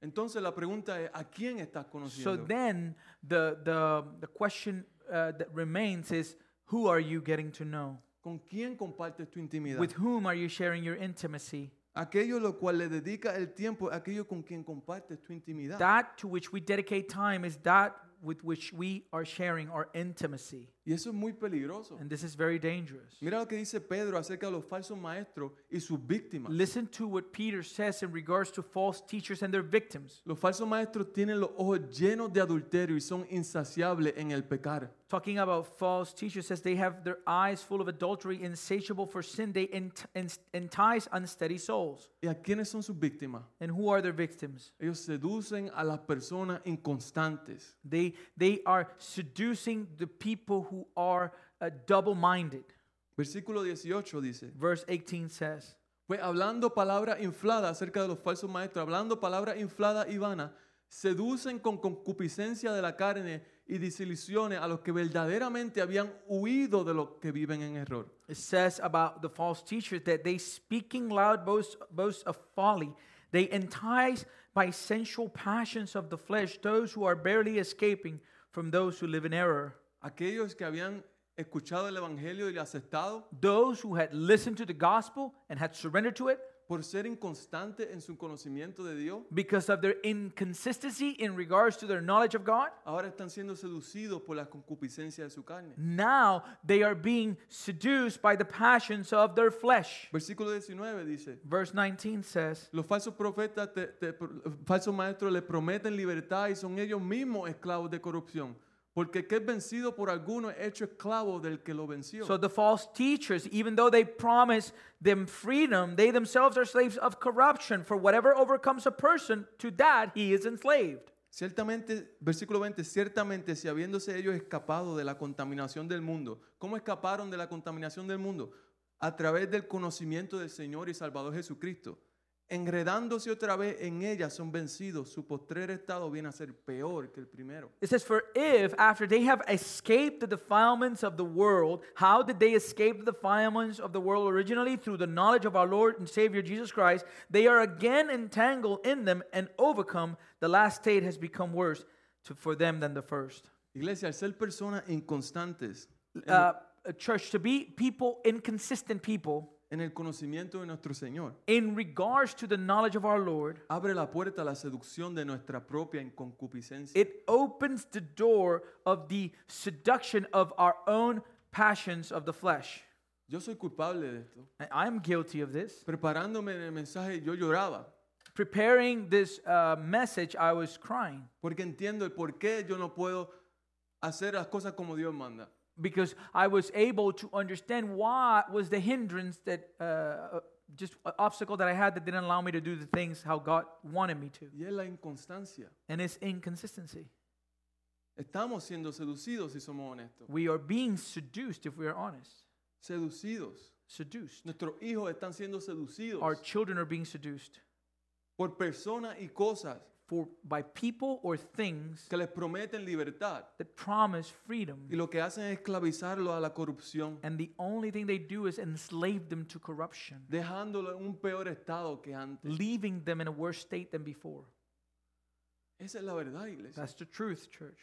S1: Entonces la pregunta es, ¿a quién estás
S2: So
S1: conociendo?
S2: then the, the, the question uh, that remains is who are you getting to know?
S1: ¿Con quién compartes tu intimidad?
S2: With whom are you sharing your intimacy?
S1: Aquello lo cual le dedica el tiempo, aquello con quien compartes tu intimidad.
S2: That to which we dedicate time is that with which we are sharing our intimacy.
S1: Y eso es muy peligroso.
S2: And this is very dangerous.
S1: Mira lo que dice Pedro acerca de los falsos maestros y sus víctimas.
S2: Listen to what Peter says in regards to false teachers and their victims,
S1: Los falsos maestros tienen los ojos llenos de adulterio y son insaciables en el pecar.
S2: talking about false teachers says they have their eyes full of adultery insatiable for sin they ent- ent- entice unsteady souls
S1: ¿Y a quiénes son sus víctimas?
S2: and who are their victims
S1: Ellos seducen a las personas inconstantes.
S2: They, they are seducing the people who are uh, double minded.
S1: Versículo 18 dice,
S2: Verse 18 says,
S1: pues hablando palabra inflada acerca de los falsos maestros, hablando palabra inflada y vana, seducen con concupiscencia de la carne y desilusiones a los que verdaderamente habían huido de los que viven en error.
S2: It says about the false teachers that they speaking loud boasts, boasts of folly. They entice by sensual passions of the flesh those who are barely escaping from those who live in error.
S1: Aquellos que habían escuchado el Evangelio y lo aceptado
S2: Those who had listened to the gospel and had surrendered to it
S1: por ser inconstantes en su conocimiento de Dios,
S2: because of their inconsistency in regards to their knowledge of God,
S1: ahora están siendo seducidos por las concupiscencias de su carne.
S2: now they are being seduced by the passions of their flesh.
S1: Versículo 19 dice,
S2: Verse 19 says,
S1: los falsos profetas, te- te- pro- falsos maestros le prometen libertad y son ellos mismos esclavos de corrupción. Porque el que es vencido por alguno es hecho esclavo del que lo venció.
S2: So the false teachers, even though they promise them freedom, they themselves are slaves of corruption. For whatever overcomes a person, to that he is enslaved.
S1: Ciertamente, versículo 20, ciertamente si habiéndose ellos escapado de la contaminación del mundo, ¿cómo escaparon de la contaminación del mundo? A través del conocimiento del Señor y Salvador Jesucristo. Enredándose otra vez en ella son vencidos, su postrer estado viene a ser peor que el primero.
S2: It says, For if after they have escaped the defilements of the world, how did they escape the defilements of the world originally? Through the knowledge of our Lord and Savior Jesus Christ, they are again entangled in them and overcome. The last state has become worse to, for them than the first.
S1: Iglesia, al ser personas inconstantes en,
S2: Uh, a church, to be people, inconsistent people,
S1: en el conocimiento de nuestro Señor,
S2: in regards to the knowledge of our Lord,
S1: abre la puerta a la seducción de nuestra propia concupiscencia.
S2: it opens the door of the seduction of our own passions of the flesh.
S1: Yo soy culpable de esto.
S2: And I'm guilty of this.
S1: Preparándome en el mensaje, yo lloraba.
S2: Preparing this uh, message, I was crying
S1: Porque entiendo el por qué yo no puedo hacer las cosas como Dios manda.
S2: because I was able to understand what was the hindrance that uh, uh, just a obstacle that I had that didn't allow me to do the things how God wanted me to,
S1: Y es la inconstancia.
S2: and it's inconsistency.
S1: Estamos siendo seducidos si somos honestos.
S2: We are being seduced if we are honest.
S1: Seducidos.
S2: Seduced.
S1: Nuestros hijos están siendo seducidos
S2: Our children are being seduced.
S1: por personas y cosas
S2: for by people or things
S1: que les prometen libertad.
S2: that promise freedom
S1: Y lo que hacen es esclavizarlos a la corrupción,
S2: and the only thing they do is enslave them to corruption
S1: dejándolos en un peor estado que antes.
S2: leaving them in a worse state than before
S1: Esa es la verdad, iglesia.
S2: that's the truth church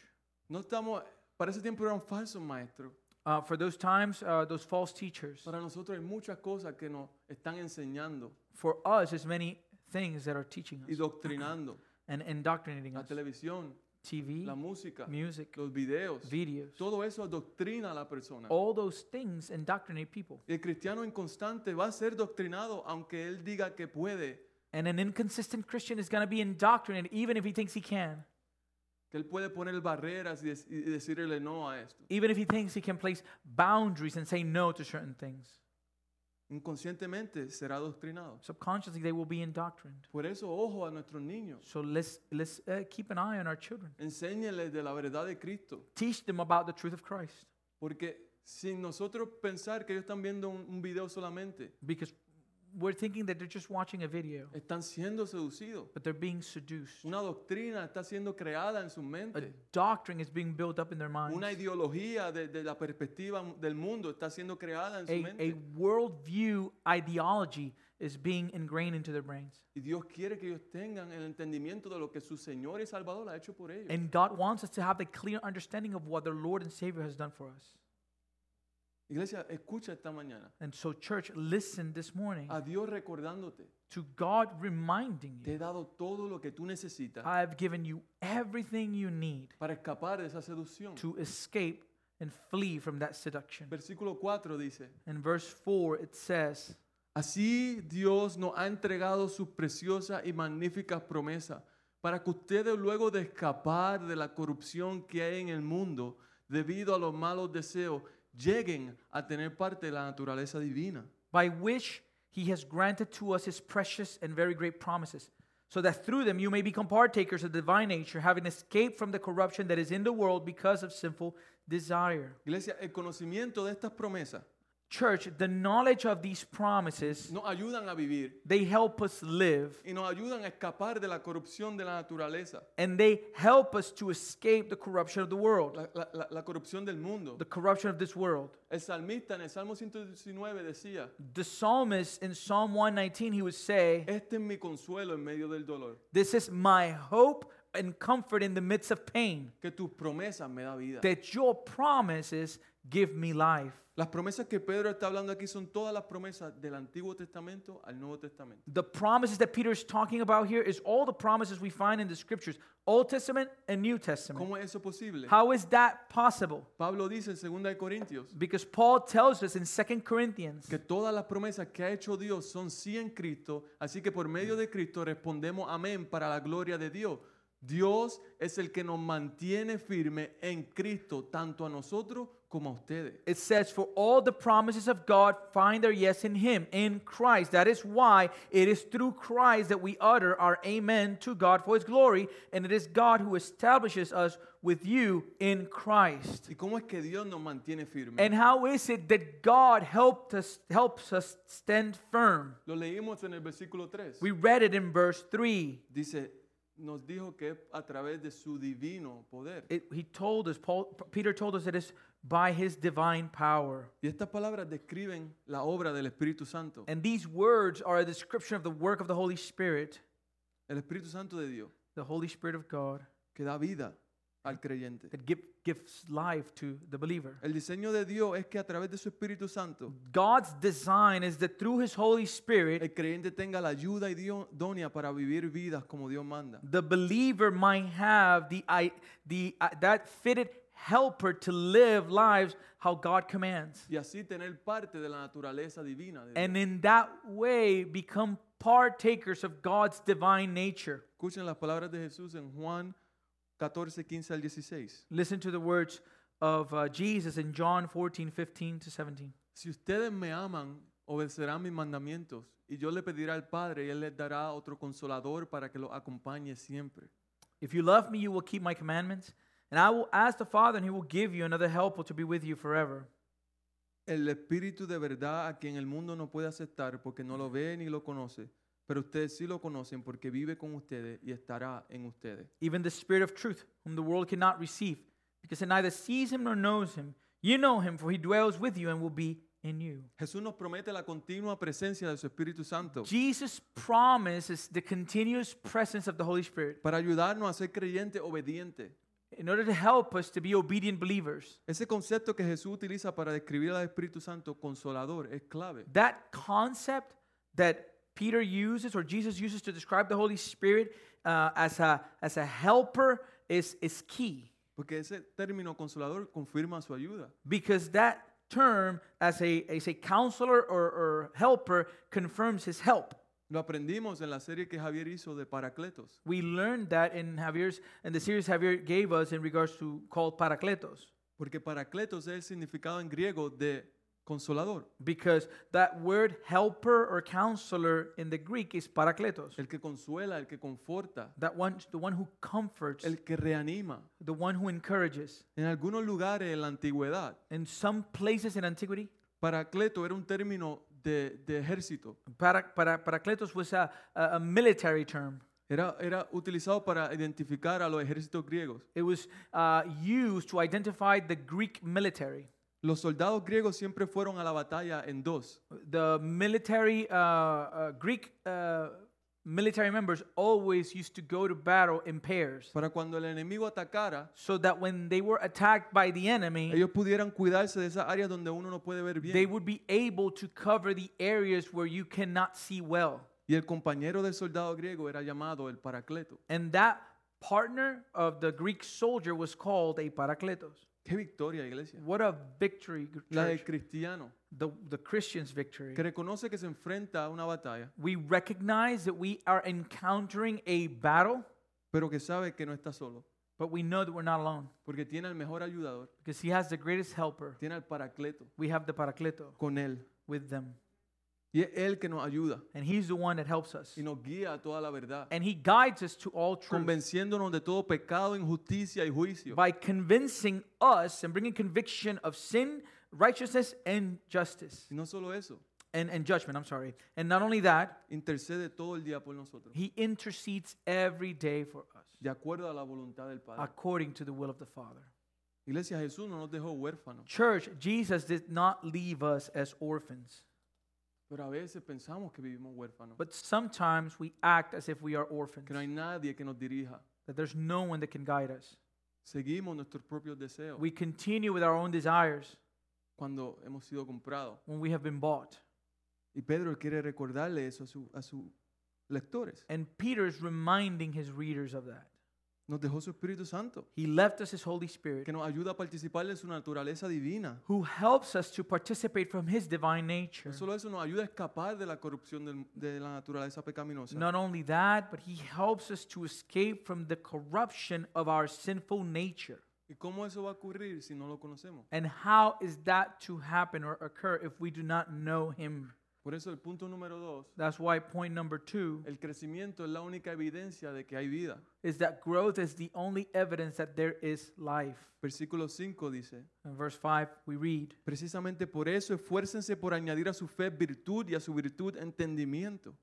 S1: No estamos, para ese tiempo eran falsos maestros.
S2: uh, for those times uh, those false teachers
S1: Para nosotros hay muchas cosas que nos están enseñando
S2: for us there's many things that are teaching
S1: y
S2: us
S1: doctrinando.
S2: and indoctrinating
S1: La
S2: us
S1: televisión,
S2: tv
S1: la música,
S2: music
S1: los videos,
S2: videos
S1: todo eso adoctrina a la persona.
S2: all those things indoctrinate people
S1: Y el cristiano inconstante va a ser doctrinado aunque él diga que puede,
S2: and an inconsistent christian is going to be indoctrinated even if he thinks he can
S1: que él puede poner barreras y, des- y decirle no a esto.
S2: even if he thinks he can place boundaries and say no to certain things
S1: Inconscientemente será adoctrinado.
S2: subconsciously they will be indoctrined
S1: Por eso, ojo a nuestros niños.
S2: so let's let's uh, keep an eye on our children
S1: Enséñenles de la verdad de Cristo.
S2: teach them about the truth of christ
S1: Porque sin nosotros pensar que ellos están viendo un, un video solamente,
S2: because we're thinking that they're just watching a video
S1: están siendo seducidos.
S2: but they're being seduced
S1: Una doctrina está siendo creada en sus
S2: a
S1: mentes.
S2: doctrine is being built up in their minds
S1: Una ideología de, de la perspectiva del mundo está siendo creada en su
S2: a, a
S1: mente.
S2: worldview ideology is being ingrained into their brains
S1: Y Dios quiere que ellos tengan el entendimiento de lo que su Señor y Salvador ha hecho por ellos.
S2: and god wants us to have the clear understanding of what their lord and savior has done for us
S1: Iglesia, escucha esta mañana.
S2: and so church listen this morning
S1: A Dios recordándote,
S2: to god reminding
S1: te he
S2: you
S1: dado todo lo que tú necesitas
S2: i have given you everything you need
S1: para escapar de esa seducción.
S2: to escape and flee from that seduction.
S1: Versículo 4 dice,
S2: In verse 4, it says,
S1: así Dios nos ha entregado sus preciosas y magníficas promesas para que ustedes luego de escapar de la corrupción que hay en el mundo debido a los malos deseos, lleguen a tener parte de la naturaleza divina.
S2: By which he has granted to us his precious and very great promises, so that through them you may become partakers of the divine nature, having escaped from the corruption that is in the world because of sinful desire.
S1: Iglesia, el conocimiento de estas promesas
S2: Church, the knowledge of these promises,
S1: nos ayudan a vivir
S2: they help us live
S1: y nos ayudan a escapar de la corrupción de la naturaleza,
S2: and they help us to escape the corruption of the world,
S1: la, la- la- la corrupción del mundo.
S2: the corruption of this world.
S1: El salmista en el Salmo 119 decía,
S2: The psalmist in Psalm 119, he would say,
S1: este es mi consuelo en medio del dolor,
S2: This is my hope and comfort in the midst of pain,
S1: que tus promesas me da vida.
S2: that your promises give me life.
S1: Las promesas que Pedro está hablando aquí son todas las promesas del Antiguo Testamento al Nuevo Testamento.
S2: The promises that Peter is talking about here is all the promises we find in the scriptures, Old Testament and New Testament.
S1: ¿Cómo es eso posible?
S2: How is that possible?
S1: Pablo dice en 2 de Corintios
S2: Because Paul tells us in 2 Corinthians
S1: que todas las promesas que ha hecho Dios son sí en Cristo, así que por medio de Cristo respondemos amén para la gloria de Dios. Dios es el que nos mantiene firme en Cristo, tanto a nosotros como a ustedes.
S2: It says, For all the promises of God find their yes in Him, in Christ. That is why it is through Christ that we utter our amen to God for His glory, and it is God who establishes us with you in Christ.
S1: ¿Y cómo es que Dios nos mantiene firme?
S2: And how is it that God helped us, helps us stand firm?
S1: Lo leímos en el versículo 3.
S2: We read it in verse 3.
S1: Dice, nos dijo que es a través de su divino poder.
S2: It, he told us, Paul, Peter told us that it's by His divine power.
S1: Y estas palabras describen la obra del Espíritu Santo,
S2: And these words are a description of the work of the Holy Spirit,
S1: el Espíritu Santo de Dios,
S2: the Holy Spirit of God.
S1: que da vida al creyente.
S2: that give, gives life to the believer.
S1: El diseño de Dios es que a través de su Espíritu Santo
S2: God's design is that through His Holy Spirit,
S1: el creyente tenga la ayuda idónea para vivir vidas como Dios manda.
S2: the believer might have the, I, the uh, that fitted helper to live lives how God commands,
S1: Y así tener parte de la naturaleza divina. de Dios.
S2: and in that way become partakers of God's divine nature.
S1: Escuchen las palabras de Jesús en Juan 14, 15 al 16.
S2: Listen to the words of uh, Jesus in John 14, 15 to 17.
S1: Si ustedes me aman, obedecerán mis mandamientos, y yo le pediré al Padre, y Él les dará otro consolador para que los acompañe siempre.
S2: If you love me, you will keep my commandments, and I will ask the Father, and He will give you another helper to be with you forever.
S1: El Espíritu de verdad a quien el mundo no puede aceptar porque no lo ve ni lo conoce, pero ustedes sí lo conocen porque vive con ustedes y estará en ustedes.
S2: even the Spirit of truth, whom the world cannot receive, because it neither sees him nor knows him. You know him, for he dwells with you and will be in you.
S1: Jesús nos promete la continua presencia de su Espíritu Santo
S2: Jesus' promise is the continuous presence of the Holy Spirit
S1: para ayudarnos a ser creyentes obedientes.
S2: in order to help us to be obedient believers.
S1: Ese concepto que Jesús utiliza para describir al Espíritu Santo consolador es clave.
S2: That concept that Peter uses or Jesus uses to describe the Holy Spirit uh, as, a, as a helper is, is key
S1: Porque ese término consolador confirma su ayuda.
S2: because that term as a, as a counselor or, or helper confirms his help.
S1: Lo aprendimos en la serie que Javier hizo de Paracletos.
S2: We learned that in Javier's in the series Javier gave us in regards to called Parakletos,
S1: Porque Paracletos es el significado en griego de consolador,
S2: because that word helper or counselor in the Greek is Parakletos.
S1: el que consuela, el que conforta,
S2: That one, the one who comforts,
S1: el que reanima.
S2: the one who encourages.
S1: En algunos lugares en la antigüedad,
S2: In some places in antiquity,
S1: Paracleto era un término de, de ejército.
S2: para, para, Parakletos was a, a, a military term.
S1: Era, era utilizado para identificar a los ejércitos griegos.
S2: It was uh, used to identify the Greek military.
S1: Los soldados griegos siempre fueron a la batalla en dos.
S2: The military, uh, uh, Greek uh, military members always used to go to battle in pairs.
S1: Para cuando el enemigo atacara,
S2: so that when they were attacked by the enemy,
S1: ellos pudieran cuidarse de esas áreas donde uno no puede ver
S2: they
S1: bien.
S2: would be able to cover the areas where you cannot see well.
S1: Y el compañero del soldado griego era llamado el Paracleto.
S2: And that partner of the Greek soldier was called a parakletos.
S1: ¡Qué victoria, iglesia!
S2: What a victory, gr-
S1: La del
S2: church.
S1: cristiano,
S2: The, the Christian's victory.
S1: que reconoce que se enfrenta a una batalla,
S2: We recognize that we are encountering a battle,
S1: pero que sabe que no está solo,
S2: but we know that we're not alone
S1: porque tiene al mejor ayudador,
S2: because he has the greatest helper.
S1: tiene al Paracleto
S2: We have the parakleto
S1: con él.
S2: with them,
S1: Y es él que nos ayuda
S2: and he's the one that helps us.
S1: y nos guía a toda la verdad,
S2: And he guides us to all truth.
S1: convenciéndonos de todo pecado, injusticia y juicio.
S2: by convincing us and bringing conviction of sin, righteousness and justice
S1: Y no solo eso,
S2: and, and judgment, I'm sorry. And not only that,
S1: intercede todo el día por nosotros,
S2: he intercedes every day for us
S1: de acuerdo a la voluntad del Padre.
S2: according to the will of the Father.
S1: Iglesia, Jesús no nos dejó huérfanos,
S2: Church, Jesus did not leave us as orphans,
S1: pero a veces pensamos que vivimos huérfanos,
S2: but sometimes we act as if we are orphans,
S1: que no hay nadie que nos dirija.
S2: that there's no one that can guide us.
S1: Seguimos nuestros propios deseos
S2: We continue with our own desires
S1: cuando hemos sido comprados.
S2: when we have been bought.
S1: Y Pedro quiere recordarle eso a, su- a sus lectores.
S2: And Peter's reminding his readers of that.
S1: Nos dejó su Espíritu Santo,
S2: He left us his Holy Spirit,
S1: que nos ayuda a participar de su naturaleza divina.
S2: who helps us to participate from his divine nature.
S1: No solo eso, nos ayuda a escapar de la corrupción del- de la naturaleza pecaminosa.
S2: Not only that, but he helps us to escape from the corruption of our sinful nature.
S1: ¿Y cómo eso va a ocurrir si no lo conocemos?
S2: And how is that to happen or occur if we do not know him?
S1: Por eso el punto número dos,
S2: That's why point number two
S1: el crecimiento es la única evidencia de que hay vida.
S2: is that growth is the only evidence that there is life.
S1: Versículo 5 dice,
S2: In verse 5, we read,
S1: precisamente por eso esfuércense por añadir a su fe virtud y a su virtud entendimiento.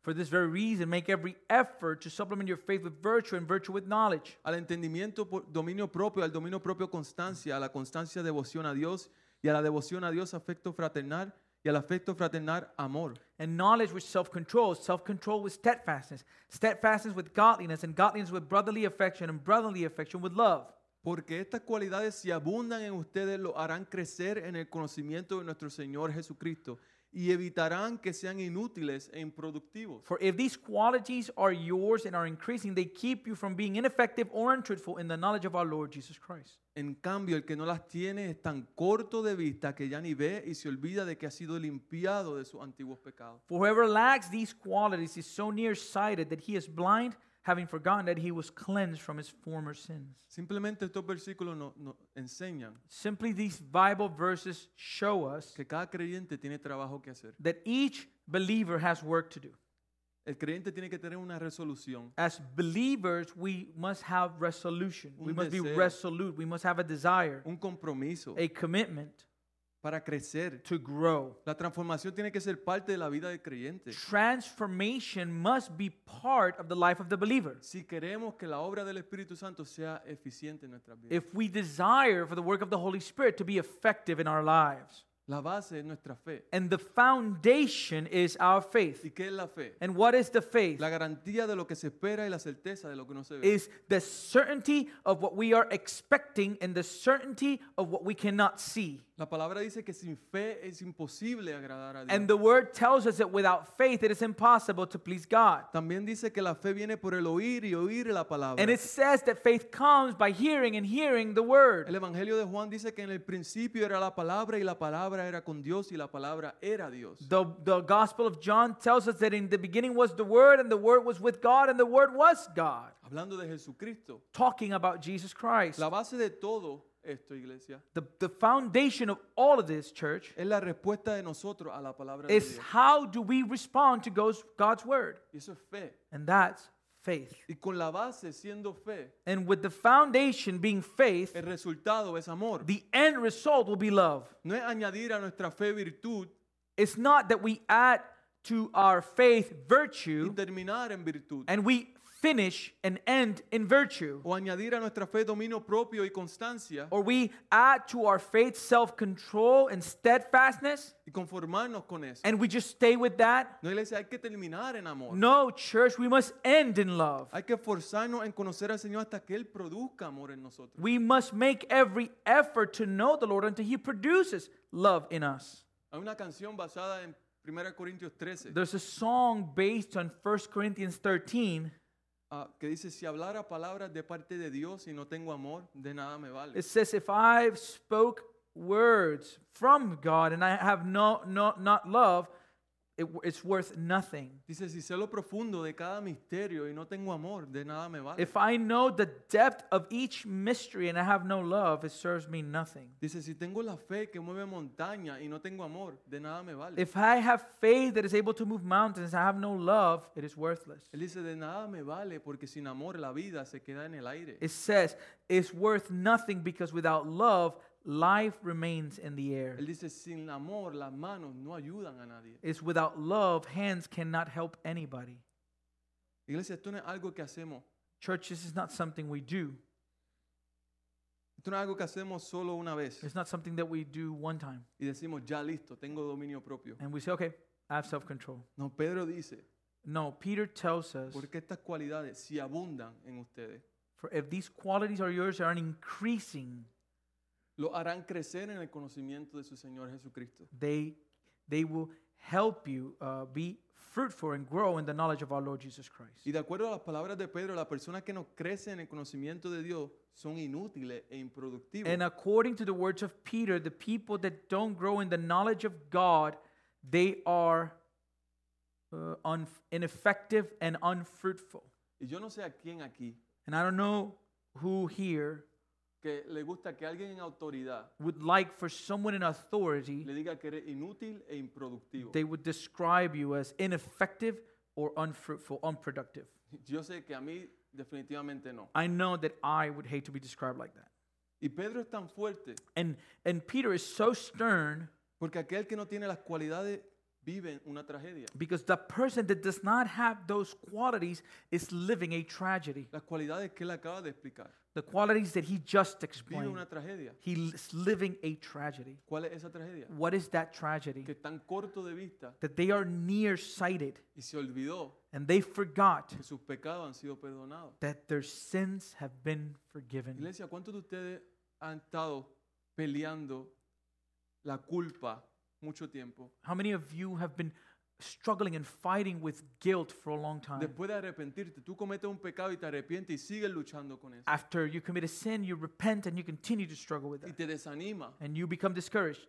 S2: For this very reason, make every effort to supplement your faith with virtue and virtue with knowledge.
S1: Al entendimiento por dominio propio, al dominio propio constancia, a la constancia devoción a Dios y a la devoción a Dios afecto fraternal y al afecto fraternal amor.
S2: And knowledge with self control, self control with steadfastness, steadfastness with godliness, and godliness with brotherly affection, and brotherly affection with love.
S1: Porque estas cualidades si abundan en ustedes lo harán crecer en el conocimiento de nuestro Señor Jesucristo y evitarán que sean inútiles e improductivos.
S2: For if these qualities are yours and are increasing, they keep you from being ineffective or untruthful in the knowledge of our Lord Jesus Christ.
S1: En cambio, el que no las tiene es tan corto de vista que ya ni ve y se olvida de que ha sido limpiado de sus antiguos pecados.
S2: For whoever lacks these qualities is so nearsighted that he is blind, having forgotten that he was cleansed from his former sins.
S1: Simplemente estos versículos no- nos enseñan
S2: Simply, these Bible verses show us
S1: que cada creyente tiene trabajo que hacer.
S2: that each believer has work to do.
S1: El creyente tiene que tener una resolución,
S2: As believers, we must have resolution. We
S1: Un
S2: must be
S1: deseo.
S2: resolute. We must have a desire,
S1: un compromiso
S2: a commitment
S1: para crecer.
S2: to grow.
S1: La transformación tiene que ser parte de la vida del creyente.
S2: Transformation must be part of the life of the believer.
S1: Si queremos que la obra del Espíritu Santo sea eficiente en nuestras vidas,
S2: If we desire for the work of the Holy Spirit to be effective in our lives,
S1: la base es nuestra fe.
S2: and the foundation is our faith.
S1: ¿Y qué es la fe?
S2: And what is the faith?
S1: La garantía de lo que se espera y la certeza de lo que no se ve.
S2: Is the certainty of what we are expecting and the certainty of what we cannot see.
S1: La palabra dice que sin fe es imposible agradar a Dios.
S2: And the word tells us that without faith it is impossible to please God.
S1: También dice que la fe viene por el oír y oír la palabra.
S2: And it says that faith comes by hearing and hearing the word.
S1: El Evangelio de Juan dice que en el principio era la palabra y la palabra era con Dios y la palabra era Dios.
S2: The, the Gospel of John tells us that in the beginning was the Word, and the Word was with God, and the Word was God.
S1: Hablando de Jesucristo,
S2: Talking about Jesus Christ.
S1: la base de todo esto, iglesia,
S2: The, the foundation of all of this, church,
S1: es la respuesta de nosotros a la palabra de
S2: is
S1: Dios.
S2: how do we respond to God's, God's Word?
S1: Y eso es fe.
S2: And that's faith.
S1: Y con la base siendo fe,
S2: And with the foundation being faith,
S1: el resultado es amor.
S2: the end result will be love.
S1: No es añadir a nuestra fe virtud
S2: It's not that we add to our faith
S1: y
S2: virtue
S1: terminar en virtud.
S2: and we finish and end in virtue,
S1: O añadir a nuestra fe dominio propio y constancia
S2: or we add to our faith self control and steadfastness
S1: y conformarnos con eso.
S2: and we just stay with that.
S1: No, iglesia, hay que terminar en amor.
S2: No, church, we must end in love.
S1: Hay que esforzarnos en conocer al Señor hasta que Él produzca amor en nosotros.
S2: We must make every effort to know the Lord until He produces love in us.
S1: Hay una canción basada en 1 Corintios 13
S2: There's a song based on 1 Corinthians 13.
S1: ah, que dice, si hablara palabras de parte de Dios y no tengo amor, de nada me vale.
S2: It says, If I spoke words from God and I have no, no, not love, it, it's worth nothing.
S1: Dice, si sé lo profundo de cada misterio y no tengo amor, de nada me vale.
S2: If I know the depth of each mystery and I have no love, it serves me nothing.
S1: Dice, si tengo la fe que mueve montaña y no tengo amor, de nada me vale.
S2: If I have faith that is able to move mountains and I have no love, it is worthless.
S1: Él dice, de nada me vale porque sin amor la vida se queda en el aire.
S2: It says, It's worth nothing because without love, life remains in the air.
S1: Él dice, sin el amor las manos no ayudan a nadie.
S2: It's without love, hands cannot help anybody.
S1: Iglesia, esto no es algo que hacemos.
S2: Church, this is not something we do.
S1: Esto no es algo que hacemos solo una vez
S2: It's not something that we do one time.
S1: y decimos, ya listo, tengo dominio propio.
S2: And we say, okay, I have self control.
S1: No, Pedro dice,
S2: No, Peter tells us,
S1: porque estas cualidades, si abundan en ustedes,
S2: for if these qualities are yours, are increasing,
S1: lo harán crecer en el conocimiento de su Señor Jesucristo.
S2: they, they will help you uh, be fruitful and grow in the knowledge of our Lord Jesus
S1: Y
S2: Christ.
S1: de acuerdo a las palabras de Pedro, las personas que no crecen en el conocimiento de Dios son inútiles e improductivos.
S2: And according to the words of Peter, the people that don't grow in the knowledge of God, they are uh, un- ineffective and unfruitful.
S1: Y yo no sé a quién aquí
S2: And I don't know who here
S1: que le gusta que alguien en autoridad
S2: would like for someone in authority,
S1: le diga que eres inútil e improductivo.
S2: they would describe you as ineffective or unfruitful, unproductive.
S1: Yo sé que a mí definitivamente no.
S2: I know that I would hate to be described like that.
S1: Y Pedro es tan fuerte
S2: And, and Peter is so stern
S1: porque aquel que no tiene las cualidades vive una tragedia.
S2: because the person that does not have those qualities is living a tragedy.
S1: Las cualidades que él acaba de explicar.
S2: The qualities that he just
S1: Vive
S2: explained,
S1: una tragedia.
S2: he's living a tragedy.
S1: ¿Cuál es esa tragedia?
S2: What is that tragedy?
S1: Que están corto de vista
S2: That they are nearsighted
S1: y se olvidó
S2: and they forgot
S1: que sus pecados han sido perdonados.
S2: that their sins have been forgiven.
S1: Iglesia, ¿cuántos de ustedes han estado peleando la culpa mucho tiempo?
S2: How many of you have been struggling and fighting with guilt for a long time?
S1: Después de arrepentirte, tú cometes un pecado y te arrepientes y sigues luchando con eso.
S2: After you commit a sin, you repent and you continue to struggle with
S1: Y
S2: that.
S1: te desanima.
S2: And you become discouraged.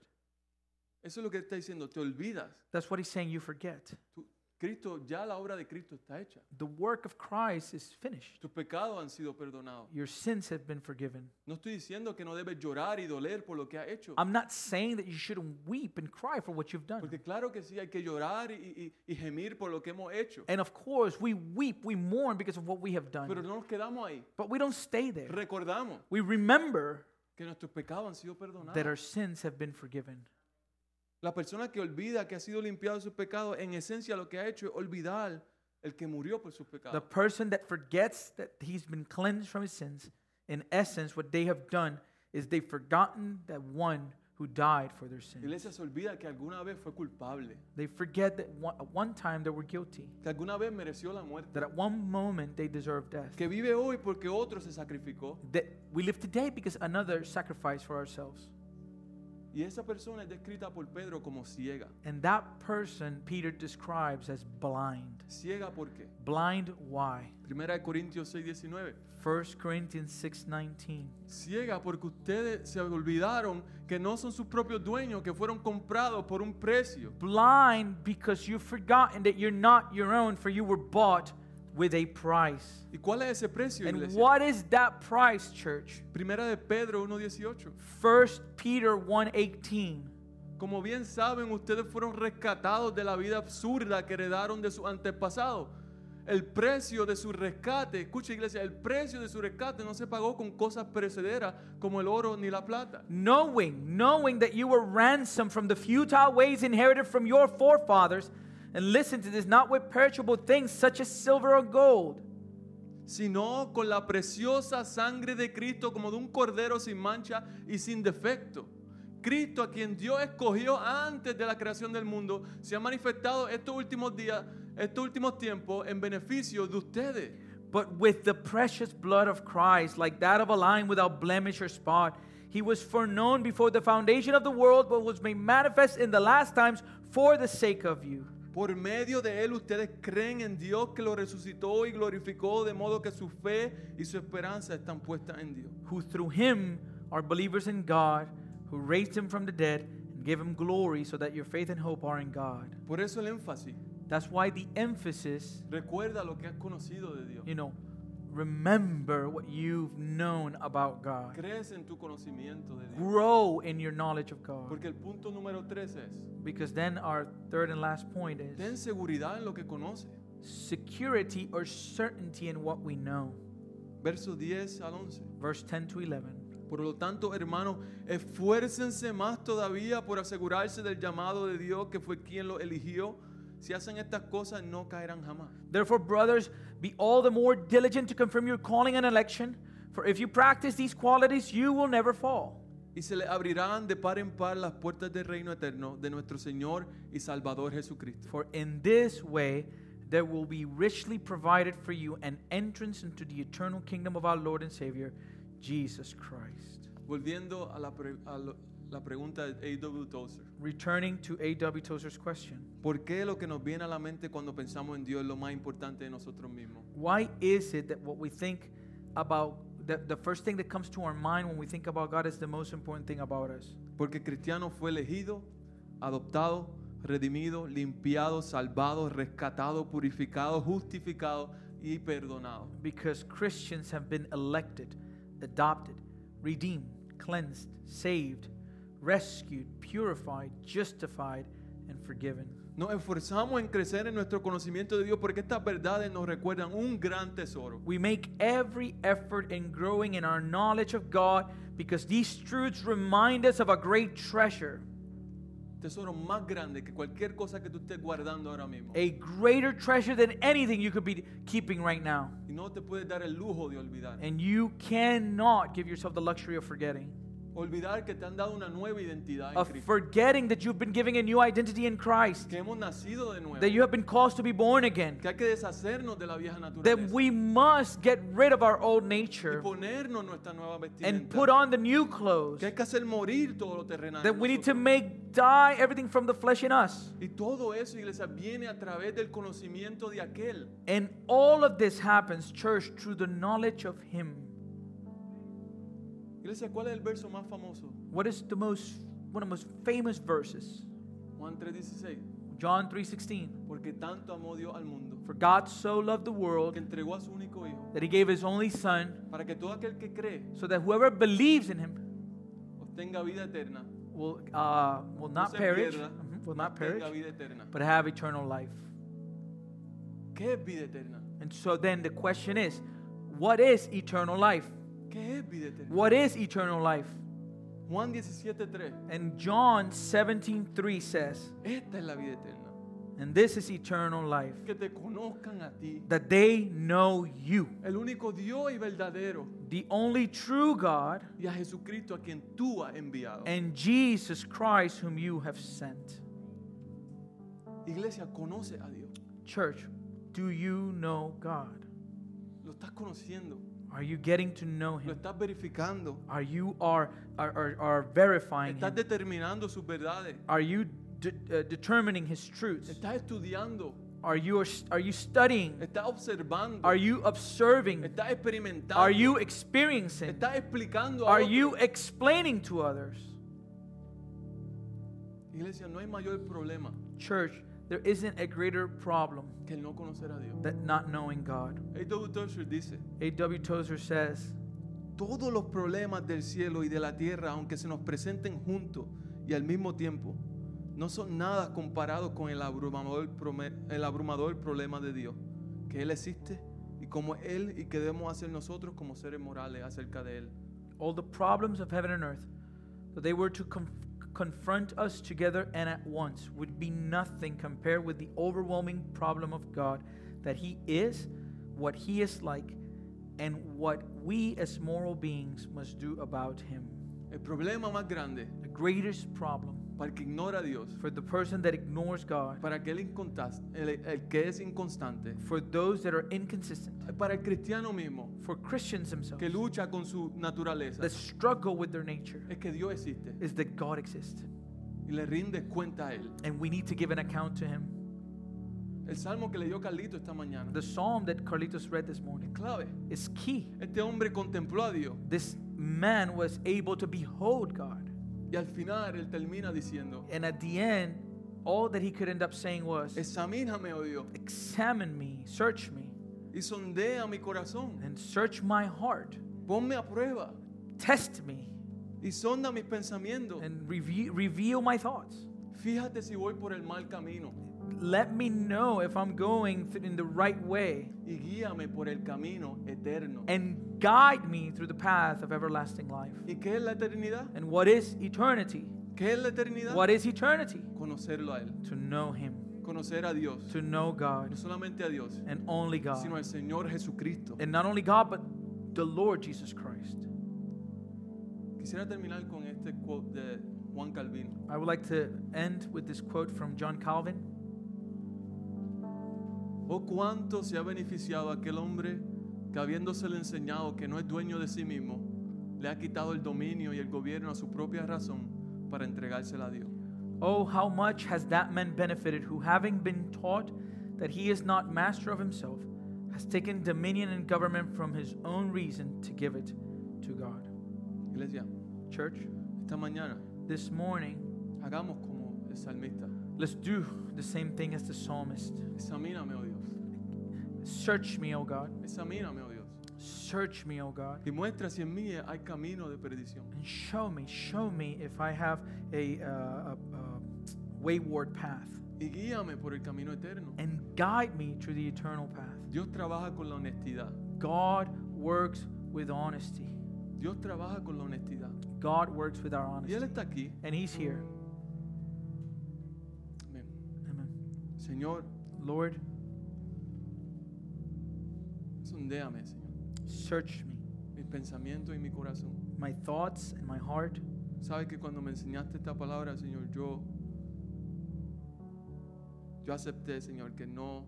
S1: Eso es lo que está diciendo, te olvidas.
S2: That's what he's saying, you forget.
S1: Tú- Cristo, ya la obra de Cristo está hecha.
S2: The work of Christ is finished.
S1: Tus pecados han sido perdonados.
S2: Your sins have been forgiven.
S1: No estoy diciendo que no debes llorar y doler por lo que has hecho.
S2: I'm not saying that you shouldn't weep and cry for what you've done.
S1: Porque claro que sí, hay que llorar y, y- y gemir por lo que hemos hecho.
S2: And of course, we weep, we mourn because of what we have
S1: Pero
S2: done.
S1: no nos quedamos ahí.
S2: But we don't stay there.
S1: Recordamos
S2: We remember
S1: que nuestros pecados han sido
S2: that our
S1: perdonados.
S2: sins have been forgiven.
S1: La persona que olvida que ha sido limpiado de sus pecados, en esencia lo que ha hecho es olvidar el que murió por sus
S2: The
S1: pecados.
S2: person that forgets that he's been cleansed from his sins, in essence, what they have done is they've forgotten that one who died for their
S1: La
S2: sins.
S1: iglesia se olvida que alguna vez fue culpable,
S2: They forget that one, at one time they were guilty,
S1: que alguna vez mereció la muerte,
S2: that at one moment they deserved death.
S1: que vive hoy porque otro se sacrificó.
S2: That we live today because another sacrificed for ourselves.
S1: Y esa persona es descrita por Pedro como ciega.
S2: And that person Peter describes as blind.
S1: ¿Ciega por qué?
S2: Blind why?
S1: Primera de Corintios 6, 19.
S2: 1 Corinthians 6:19.
S1: Ciega porque ustedes se olvidaron que no son sus propios dueños, que fueron comprados por un precio.
S2: Blind because you've forgotten that you're not your own for you were bought with a price.
S1: ¿Y cuál es ese precio,
S2: And
S1: iglesia?
S2: what is that price, church?
S1: Primera de Pedro 1.18.
S2: 1 Peter 1:18.
S1: Como bien saben, ustedes fueron rescatados de la vida absurda que heredaron de sus antepasados. El precio de su rescate, escucha iglesia, el precio de su rescate no se pagó con cosas perecederas como el oro ni la plata.
S2: Knowing, knowing that you were ransomed from the futile ways inherited from your forefathers, and listen to this, not with perishable things such as silver or gold,
S1: sino con la preciosa sangre de Cristo como de un cordero sin mancha y sin defecto. Cristo, a quien Dios escogió antes de la creación del mundo, se ha manifestado estos últimos días, estos últimos tiempos, en beneficio de ustedes.
S2: but with the precious blood of Christ, like that of a lion without blemish or spot. He was foreknown before the foundation of the world, but was made manifest in the last times for the sake of you.
S1: Por medio de él ustedes creen en Dios que lo resucitó y glorificó, de modo que su fe y su esperanza están puestas en Dios.
S2: who through him are believers in God, who raised him from the dead and gave him glory, so that your faith and hope are in God.
S1: Por eso el énfasis,
S2: That's why the emphasis,
S1: recuerda lo que has conocido de Dios.
S2: you know, remember what you've known about God,
S1: Crees en tu conocimiento de Dios.
S2: grow in your knowledge of God.
S1: Porque el punto número 3 es,
S2: Because then our third and last point
S1: Ten
S2: is
S1: seguridad en lo que conoce.
S2: security or certainty in what we know.
S1: Versos 10 al 11.
S2: Verse 10 to 11.
S1: Por lo tanto, hermanos, esfuércense más todavía por asegurarse del llamado de Dios que fue quien lo eligió. Si hacen estas cosas, no caerán jamás.
S2: Therefore, brothers, be all the more diligent to confirm your calling and election, for if you practice these qualities, you will never fall.
S1: Y se les abrirán de par en par las puertas del reino eterno de nuestro Señor y Salvador Jesucristo.
S2: For in this way, there will be richly provided for you an entrance into the eternal kingdom of our Lord and Savior, Jesus Christ.
S1: Volviendo a la, pre- a lo- la pregunta de A.W. Tozer.
S2: Returning to A.W. Tozer's question
S1: ¿Por qué lo que nos viene a la mente cuando pensamos en Dios es lo más importante de nosotros mismos?
S2: Why is it that what we think about, that the first thing that comes to our mind when we think about God is the most important thing about us?
S1: Porque el cristiano fue elegido, adoptado, redimido, limpiado, salvado, rescatado, purificado, justificado y perdonado.
S2: Because Christians have been elected, adopted, redeemed, cleansed, saved, rescued, purified, justified, and forgiven.
S1: Nos esforzamos en crecer en nuestro conocimiento de Dios porque estas verdades nos recuerdan un gran tesoro.
S2: We make every effort in growing in our knowledge of God because these truths remind us of a great treasure,
S1: Tesoro más grande que cualquier cosa que tú estés guardando ahora mismo.
S2: a greater treasure than anything you could be keeping right now.
S1: Y no te puedes dar el lujo de olvidar.
S2: And you cannot give yourself the luxury of forgetting,
S1: Olvidar que te han dado una nueva identidad en
S2: of
S1: Cristo.
S2: forgetting that you've been given a new identity in Christ,
S1: Que hemos nacido de nuevo.
S2: that you have been caused to be born again,
S1: que hay que deshacernos de la vieja naturaleza
S2: that we must get rid of our old
S1: y
S2: nature
S1: ponernos nuestra nueva vestimenta
S2: and put on the new clothes,
S1: que hay que hacer morir todo lo terrenal en
S2: that we need to
S1: nosotros.
S2: make die everything from the flesh in us.
S1: y todo eso iglesia viene a través del conocimiento de aquel
S2: And all of this happens, church, through the knowledge of Him.
S1: iglesia ¿cuál es el verso más famoso?
S2: What is the most one of the most famous verses?
S1: Juan 3.16
S2: John 3:16.
S1: porque tanto amó Dios al mundo
S2: For God so loved the
S1: que
S2: world
S1: entregó a su único hijo
S2: that He gave His only Son,
S1: para que todo aquel que cree
S2: so that whoever believes in Him
S1: obtenga vida eterna no
S2: will uh, will not
S1: se
S2: perish,
S1: pierda
S2: mhm, will
S1: mas
S2: not perish,
S1: tenga vida eterna
S2: but have eternal life.
S1: ¿qué es vida eterna?
S2: And so then the question is, what is eternal life?
S1: ¿qué es vida eterna?
S2: What is eternal life?
S1: Juan 17.3
S2: And John 17:3 says,
S1: esta es la vida eterna
S2: and this is eternal life,
S1: que te conozcan a ti
S2: that they know you.
S1: el único Dios y verdadero,
S2: the only true God,
S1: y a Jesucristo a quien tú has enviado.
S2: and Jesus Christ, whom you have sent.
S1: Iglesia, conoce a Dios.
S2: Church, do you know God?
S1: Lo estás conociendo,
S2: Are you getting to know
S1: lo
S2: Him?
S1: estás verificando,
S2: Are you are are, are, are verifying
S1: estás
S2: Him?
S1: determinando sus verdades,
S2: Are you de- uh, determining His truths?
S1: estás estudiando,
S2: Are you are you studying?
S1: estás observando,
S2: Are you observing?
S1: estás experimentando,
S2: Are you experiencing?
S1: estás explicando a
S2: Are
S1: otros.
S2: you explaining to others?
S1: Iglesia, no hay mayor problema
S2: Church, there isn't a greater problem
S1: que el no conocer a Dios.
S2: than not knowing God.
S1: A.W. Tozer dice,
S2: A.W. Tozer says,
S1: todos los problemas del cielo y de la tierra, aunque se nos presenten juntos y al mismo tiempo, no son nada comparados con el abrumador, prome- el abrumador problema de Dios, que Él existe y como Él y que debemos hacer nosotros como seres morales acerca de Él.
S2: all the problems of heaven and earth, that they were to com- confront us together and at once, would be nothing compared with the overwhelming problem of God that He is, what He is like, and what we as moral beings must do about Him.
S1: El problema más grande
S2: The greatest problem
S1: para el que ignora a Dios,
S2: for the person that ignores God,
S1: para aquel incontas- el, el que es inconstante,
S2: for those that are inconsistent,
S1: para el cristiano mismo
S2: for Christians themselves
S1: que lucha con su naturaleza,
S2: that struggle with their nature,
S1: es que Dios existe
S2: is that God exists.
S1: y le rinde cuenta a Él.
S2: And we need to give an account to Him.
S1: El salmo que le dio Carlito esta mañana
S2: The psalm that Carlitos read this morning.
S1: es clave.
S2: is key.
S1: Este hombre contempló a Dios
S2: This man was able to behold God.
S1: y al final él termina diciendo,
S2: And at the end, all that he could end up saying was,
S1: examíname, oh Dios,
S2: Examine me, search me,
S1: y sondea mi corazón,
S2: and search my heart.
S1: ponme a prueba
S2: Test me
S1: y sonda mis pensamientos.
S2: and reve- reveal my thoughts.
S1: Fíjate si voy por el mal camino
S2: let me know if I'm going th- in the right way
S1: y guíame por el camino eterno.
S2: and guide me through the path of everlasting life.
S1: ¿Y qué es la eternidad?
S2: And what is eternity?
S1: ¿Qué es la eternidad?
S2: What is eternity?
S1: Conocerlo a Él,
S2: To know Him,
S1: conocer a Dios,
S2: to know
S1: no
S2: God,
S1: solamente a Dios,
S2: and only
S1: sino
S2: God.
S1: al Señor Jesucristo.
S2: And not only God, but the Lord Jesus Christ.
S1: Quisiera terminar con este quote de Juan Calvino.
S2: I would like to end with this quote from John Calvin
S1: Oh, cuánto se ha beneficiado aquel hombre que habiéndosele enseñado que no es dueño de sí mismo, le ha quitado el dominio y el gobierno a su propia razón para entregársela a Dios.
S2: Oh, how much has that man benefited who, having been taught that he is not master of himself, has taken dominion and government from his own reason to give it to God.
S1: Iglesia,
S2: Church,
S1: esta mañana
S2: this morning,
S1: hagamos como el salmista.
S2: let's do the same thing as the psalmist.
S1: Examíname, oh Dios.
S2: Search me, O God.
S1: Examíname, oh Dios.
S2: Search me, O God.
S1: Y muestra si en mí hay camino de perdición.
S2: And show me, show me if I have a, uh, a, a wayward path.
S1: Y guíame por el camino eterno.
S2: And guide me to the eternal path.
S1: Dios trabaja con la honestidad.
S2: God works with honesty.
S1: Dios trabaja con la honestidad.
S2: God works with our
S1: Y
S2: honesty.
S1: Él está aquí.
S2: And he's here.
S1: Amén.
S2: Amen.
S1: Señor,
S2: Lord,
S1: sondéame, Señor.
S2: search me,
S1: Mis pensamientos y mi corazón.
S2: my thoughts and my heart.
S1: Sabes que cuando me enseñaste esta palabra, Señor, yo yo acepté, Señor, que no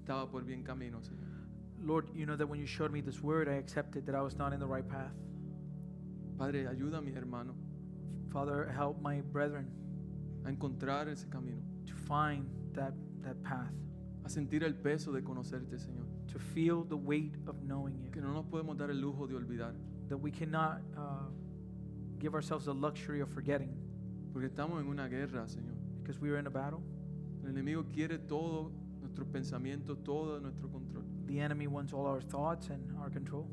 S1: estaba por bien camino, Señor.
S2: Lord, you know that when you showed me this word, I accepted that I was not in the right path.
S1: Padre, ayuda a mis hermanos
S2: Father, help my brethren
S1: a encontrar ese camino,
S2: to find that, that path,
S1: a sentir el peso de conocerte, Señor,
S2: to feel the weight of knowing you,
S1: que no nos podemos dar el lujo de olvidar,
S2: that we cannot uh, give ourselves the luxury of forgetting
S1: porque estamos en una guerra, Señor.
S2: because we are in a battle.
S1: El enemigo quiere todo nuestros pensamientos, todo nuestro control.
S2: The enemy wants all our thoughts and our control.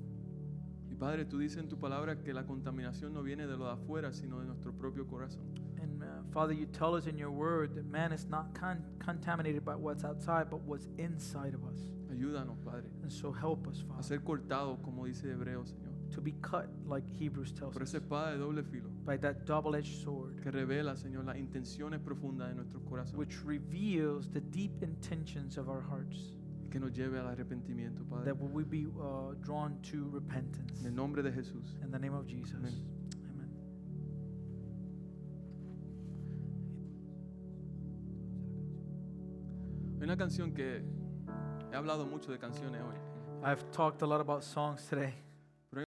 S1: Y Padre, tú dices en tu palabra que la contaminación no viene de lo de afuera, sino de nuestro propio corazón.
S2: And uh, Father, you tell us in your word that man is not con- contaminated by what's outside, but what's inside of us.
S1: Ayúdanos, Padre,
S2: And so help us,
S1: a
S2: Father,
S1: ser cortados, como dice Hebreo, Señor.
S2: to be cut, like Hebrews tells
S1: Por
S2: us,
S1: esa espada de doble filo
S2: by that double edged sword,
S1: que revela, Señor, las intenciones profundas de nuestros corazones
S2: which reveals the deep intentions of our hearts,
S1: y que nos lleve al arrepentimiento, Padre.
S2: that will we be uh, drawn to repentance.
S1: En el nombre de Jesús.
S2: In the name of Jesus.
S1: Amen.
S2: Amen.
S1: Hay una canción que he hablado mucho de canciones hoy.
S2: I've talked a lot about songs today.